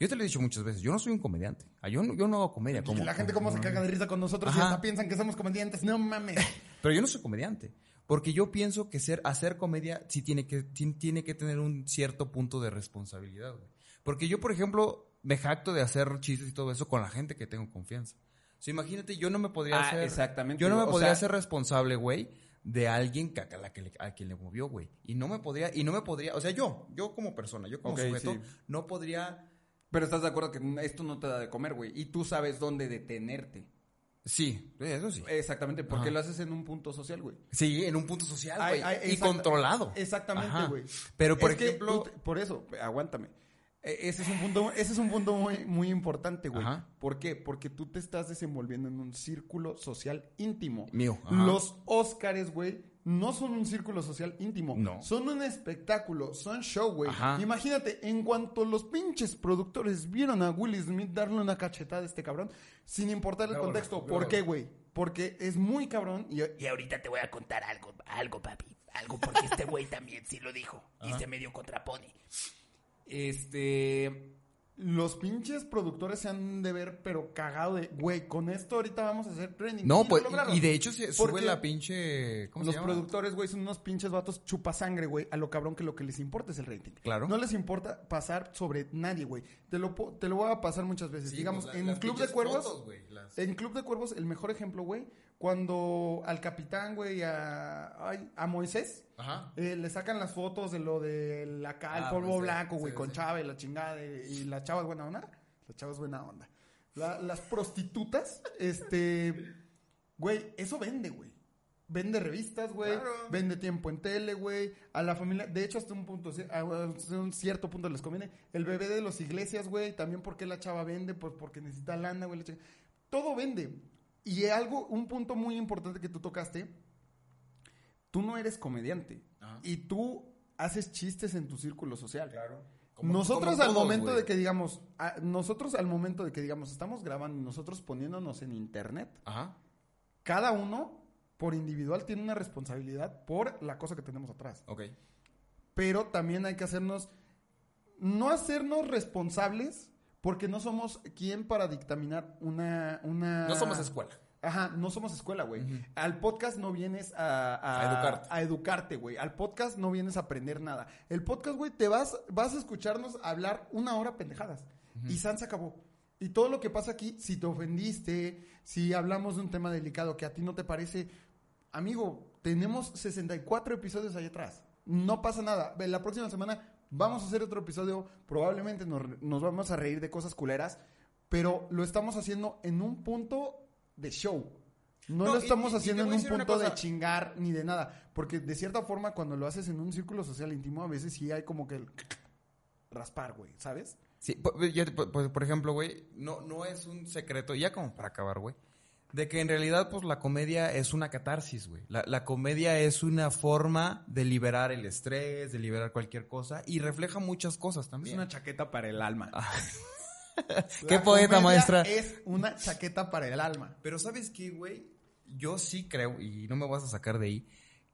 A: Yo te lo he dicho muchas veces, yo no soy un comediante. Ah, Yo no, yo no hago comedia.
C: Y
A: como-
C: la gente como se caga de risa con nosotros y
A: Ajá.
C: hasta piensan que somos comediantes. No mames.
A: Pero yo no soy comediante. Porque yo pienso que ser, hacer comedia sí tiene que, sí tiene que tener un cierto punto de responsabilidad, güey. Porque yo, por ejemplo, me jacto de hacer chistes y todo eso con la gente que tengo confianza. O sea, imagínate, yo no me podría
C: Ah,
A: hacer.
C: exactamente,
A: Yo no me
C: o
A: podría
C: sea-
A: hacer responsable, güey, de alguien que, a, la que le- a quien le movió, güey. Y no me podría, y no me podría, o sea, yo, yo como persona, yo como
C: Ok,
A: sujeto,
C: sí.
A: no podría.
C: Pero estás de acuerdo que esto no te da de comer, güey. Y tú sabes dónde detenerte.
A: Sí, eso sí.
C: Exactamente, porque
A: Ajá.
C: lo haces en un punto social, güey.
A: Sí, en un punto social,
C: Ay,
A: güey.
C: ay,
A: Y
C: exacta-
A: controlado.
C: Exactamente,
A: Ajá.
C: güey.
A: Pero, por
C: Es que
A: ejemplo.
C: tú te- por eso, aguántame. E- Ese es un punto, ese es un punto muy, muy importante, güey.
A: Ajá.
C: ¿Por qué? Porque tú te estás desenvolviendo en un círculo social íntimo.
A: Mío, ajá.
C: Los Óscares, güey, no son un círculo social íntimo.
A: No.
C: Son un espectáculo, son show, güey.
A: Ajá.
C: Imagínate, en cuanto los pinches productores vieron a Will Smith darle una cachetada a este cabrón, sin importar el
A: Luego,
C: contexto.
A: luego,
C: ¿Por
A: luego.
C: qué, güey? Porque es muy cabrón y
D: Y ahorita te voy a contar algo, algo, papi. Algo porque este güey también sí lo dijo. Y se medio contrapone.
C: Este. Los pinches productores se han de ver, pero cagado de, güey, con esto ahorita vamos a hacer trending.
A: No,
C: Y
A: pues,
C: lo lograron.
A: y de hecho se sube
C: Porque
A: la pinche... ¿Cómo
C: Los
A: se llama?
C: productores, güey, son unos pinches vatos chupasangre, güey, a lo cabrón que lo que les importa es el rating.
A: Claro.
C: No les importa pasar sobre nadie, güey. Te lo, po- te lo voy a pasar muchas veces.
A: Sí,
C: Digamos,
A: pues, la-
C: en
A: las
C: Club de eh,
A: pinches
C: Cuervos.
A: fotos, güey, las-
C: En Club de Cuervos, el mejor ejemplo, güey, cuando al capitán, güey, a, ay, a Moisés,
A: Ajá.
C: eh, le sacan las fotos de lo de la ca- el
A: Ah,
C: polvo
A: pues, sí,
C: blanco,
A: sí,
C: güey,
A: sí.
C: con Chava y la chingada, de- y la Chava es buena onda. La Chava es buena onda. La- las prostitutas, este, güey, eso vende, güey. Vende revistas, güey. Vende tiempo en tele, güey. A la familia, de hecho, hasta un punto, hasta un cierto punto les conviene. El bebé de los iglesias, güey. También porque la chava vende, pues porque necesita lana, güey. la chica. Todo vende. Y algo, un punto muy importante que tú tocaste, tú no eres comediante. Y tú haces chistes en tu círculo social. Claro.
A: Como-
C: nosotros
A: como
C: al
A: todos,
C: momento
A: güey.
C: de que digamos, a- nosotros al momento de que digamos, estamos grabando, y nosotros poniéndonos en internet,
A: Ajá.
C: cada uno por individual tiene una responsabilidad por la cosa que tenemos atrás.
A: Ok.
C: Pero también hay que hacernos, no hacernos responsables porque no somos quien para dictaminar una... una...
A: No somos escuela.
C: Ajá, no somos escuela, güey. Al podcast no vienes a,
A: A educarte.
C: a educarte, güey. Al podcast no vienes a aprender nada. El podcast, güey, te vas, vas a escucharnos hablar una hora pendejadas. Y Sans acabó. Y todo lo que pasa aquí, si te ofendiste, si hablamos de un tema delicado que a ti no te parece, amigo, tenemos 64 episodios ahí atrás. No pasa nada. Ve, La próxima semana vamos a hacer otro episodio. Probablemente nos, nos vamos a reír de cosas culeras, pero lo estamos haciendo en un punto de show. No,
A: No,
C: lo
A: y-
C: estamos
A: y- y
C: haciendo
A: te voy
C: en
A: a
C: un
A: decir una
C: punto de
A: cosa.
C: chingar ni de nada. Porque de cierta forma, cuando lo haces en un círculo social íntimo, a veces sí hay como que el raspar, güey, ¿sabes?
A: Sí, po- yo te- po- por, por ejemplo, güey, no, no es un secreto, ya como para acabar, güey, de que en realidad, pues, la comedia es una catarsis, güey. La, la comedia es una forma de liberar el estrés, de liberar cualquier cosa, y refleja muchas cosas también.
C: chaqueta para el alma.
A: Ah. ¡Qué poeta, maestra!
C: Es una chaqueta para el alma.
A: Pero ¿sabes qué, güey? Yo sí creo, y no me vas a sacar de ahí,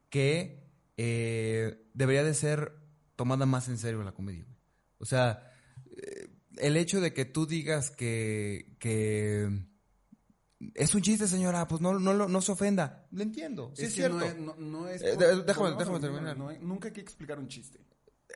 A: que eh, debería de ser tomada más en serio la comedia, güey. O sea, eh, el hecho de que tú digas que, que es un chiste, señora, pues no, no, lo- no se ofenda. Lo entiendo, sí es,
C: que
A: cierto.
C: No es, no- no es-
A: Eh, de- déjame-
C: volvemos
A: déjame
C: a lo mismo,
A: terminar.
C: no hay- nunca hay que explicar un chiste.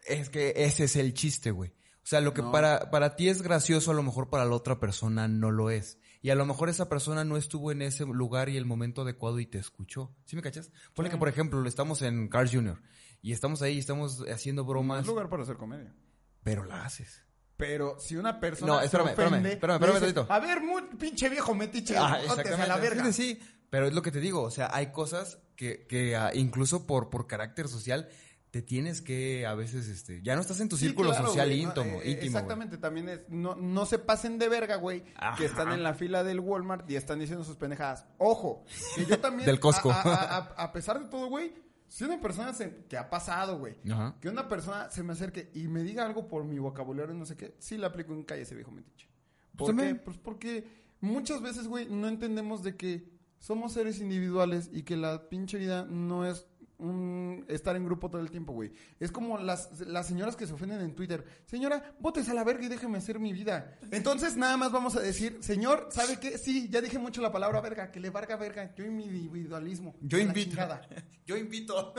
A: Es que ese es el chiste, güey. O sea, lo que
C: No.
A: para, para ti es gracioso, a lo mejor para la otra persona no lo es. Y a lo mejor esa persona no estuvo en ese lugar y el momento adecuado y te escuchó. ¿Sí me cachas? Ponle que, por ejemplo, estamos en Carl Jr. y estamos ahí y estamos haciendo
C: No
A: bromas,
C: es lugar para hacer comedia.
A: pero la haces.
C: Pero si una persona.
A: No,
C: se
A: espérame, espérame,
C: ofende,
A: espérame,
C: le
A: espérame
C: dices,
A: tantito.
C: A ver, muy pinche viejo metiche.
A: Ah,
C: antes a la verga.
A: Sí, sí. pero es lo que te digo. O sea, hay cosas que, que ah, incluso por, por carácter social te tienes que a veces, este, ya no estás en tu
C: Sí,
A: círculo
C: claro,
A: social
C: güey, no,
A: íntimo.
C: eh, eh,
A: íntimo güey.
C: exactamente, también es. No, no se pasen de verga, güey.
A: Ajá.
C: Que están en la fila del Walmart y están diciendo sus pendejadas. Ojo. que yo también.
A: Del Costco.
C: A, a- a- a pesar de todo, güey. Si una persona se- que ha pasado, güey,
A: Ajá.
C: que una persona se me acerque y me diga algo por mi vocabulario, no sé qué, sí le aplico un calle ese viejo metiche. ¿Por
A: Pues
C: qué?
A: también.
C: Pues porque muchas veces, güey, no entendemos de que somos seres individuales y que la pinche vida no es un estar en grupo todo el tiempo, güey. Es como las, las señoras que se ofenden en Twitter. Señora, votes a la verga y déjeme hacer mi vida. Entonces, nada más vamos a decir, señor, ¿sabe qué? Sí, ya dije mucho la palabra verga, que le varga verga. Yo y mi individualismo.
A: Yo
C: La
A: invito.
C: chingada.
A: Yo invito.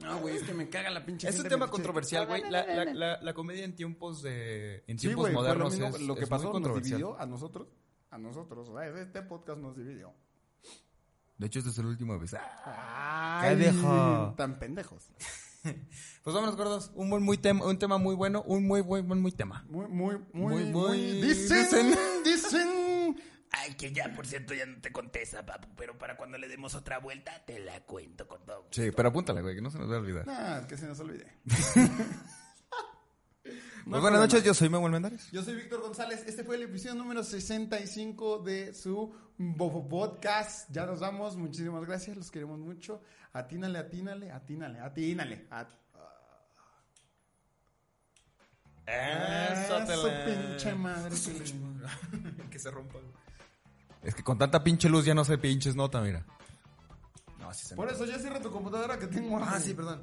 C: No, güey, es que me caga la pinche
A: Es un
C: gente
A: tema
C: metiche.
A: controversial, güey. La, la- la- la comedia en tiempos de en
C: Sí,
A: tiempos
C: güey, fue lo
A: modernos
C: mismo-
A: es
C: lo que
A: es muy
C: pasó nos
A: controversial.
C: dividió a nosotros, a nosotros, o sea, este podcast nos dividió.
A: De hecho, este es el último vez.
C: Ay,
A: viejo!
C: tan pendejos.
A: Pues vámonos, gordos. Un buen muy tema, un tema muy bueno, un muy buen buen muy tema.
C: Muy, muy,
A: Muy,
C: muy,
A: muy-
C: muy. Dicen, dicen.
D: Ay, que ya, por cierto, ya no te contesta, papu. Pero para cuando le demos otra vuelta, te la cuento con todo.
A: Sí, pero apúntala, güey, que no se nos va a olvidar.
C: Nah, que se nos olvide.
A: pues buenas noches, yo soy Manuel Mendares.
C: Yo soy Víctor González. Este fue el episodio número 65 de su Bofo Podcast. Ya nos vamos. Muchísimas gracias. Los queremos mucho. Atínale, atínale, atínale, atínale. At- Ah, su pinche madre.
A: que se rompa. Es que con tanta pinche luz ya no sé pinches nota, mira. este No, sí se
C: Por eso ya cierra tu computadora que tengo.
A: Ah,
C: hambre.
A: sí, perdón.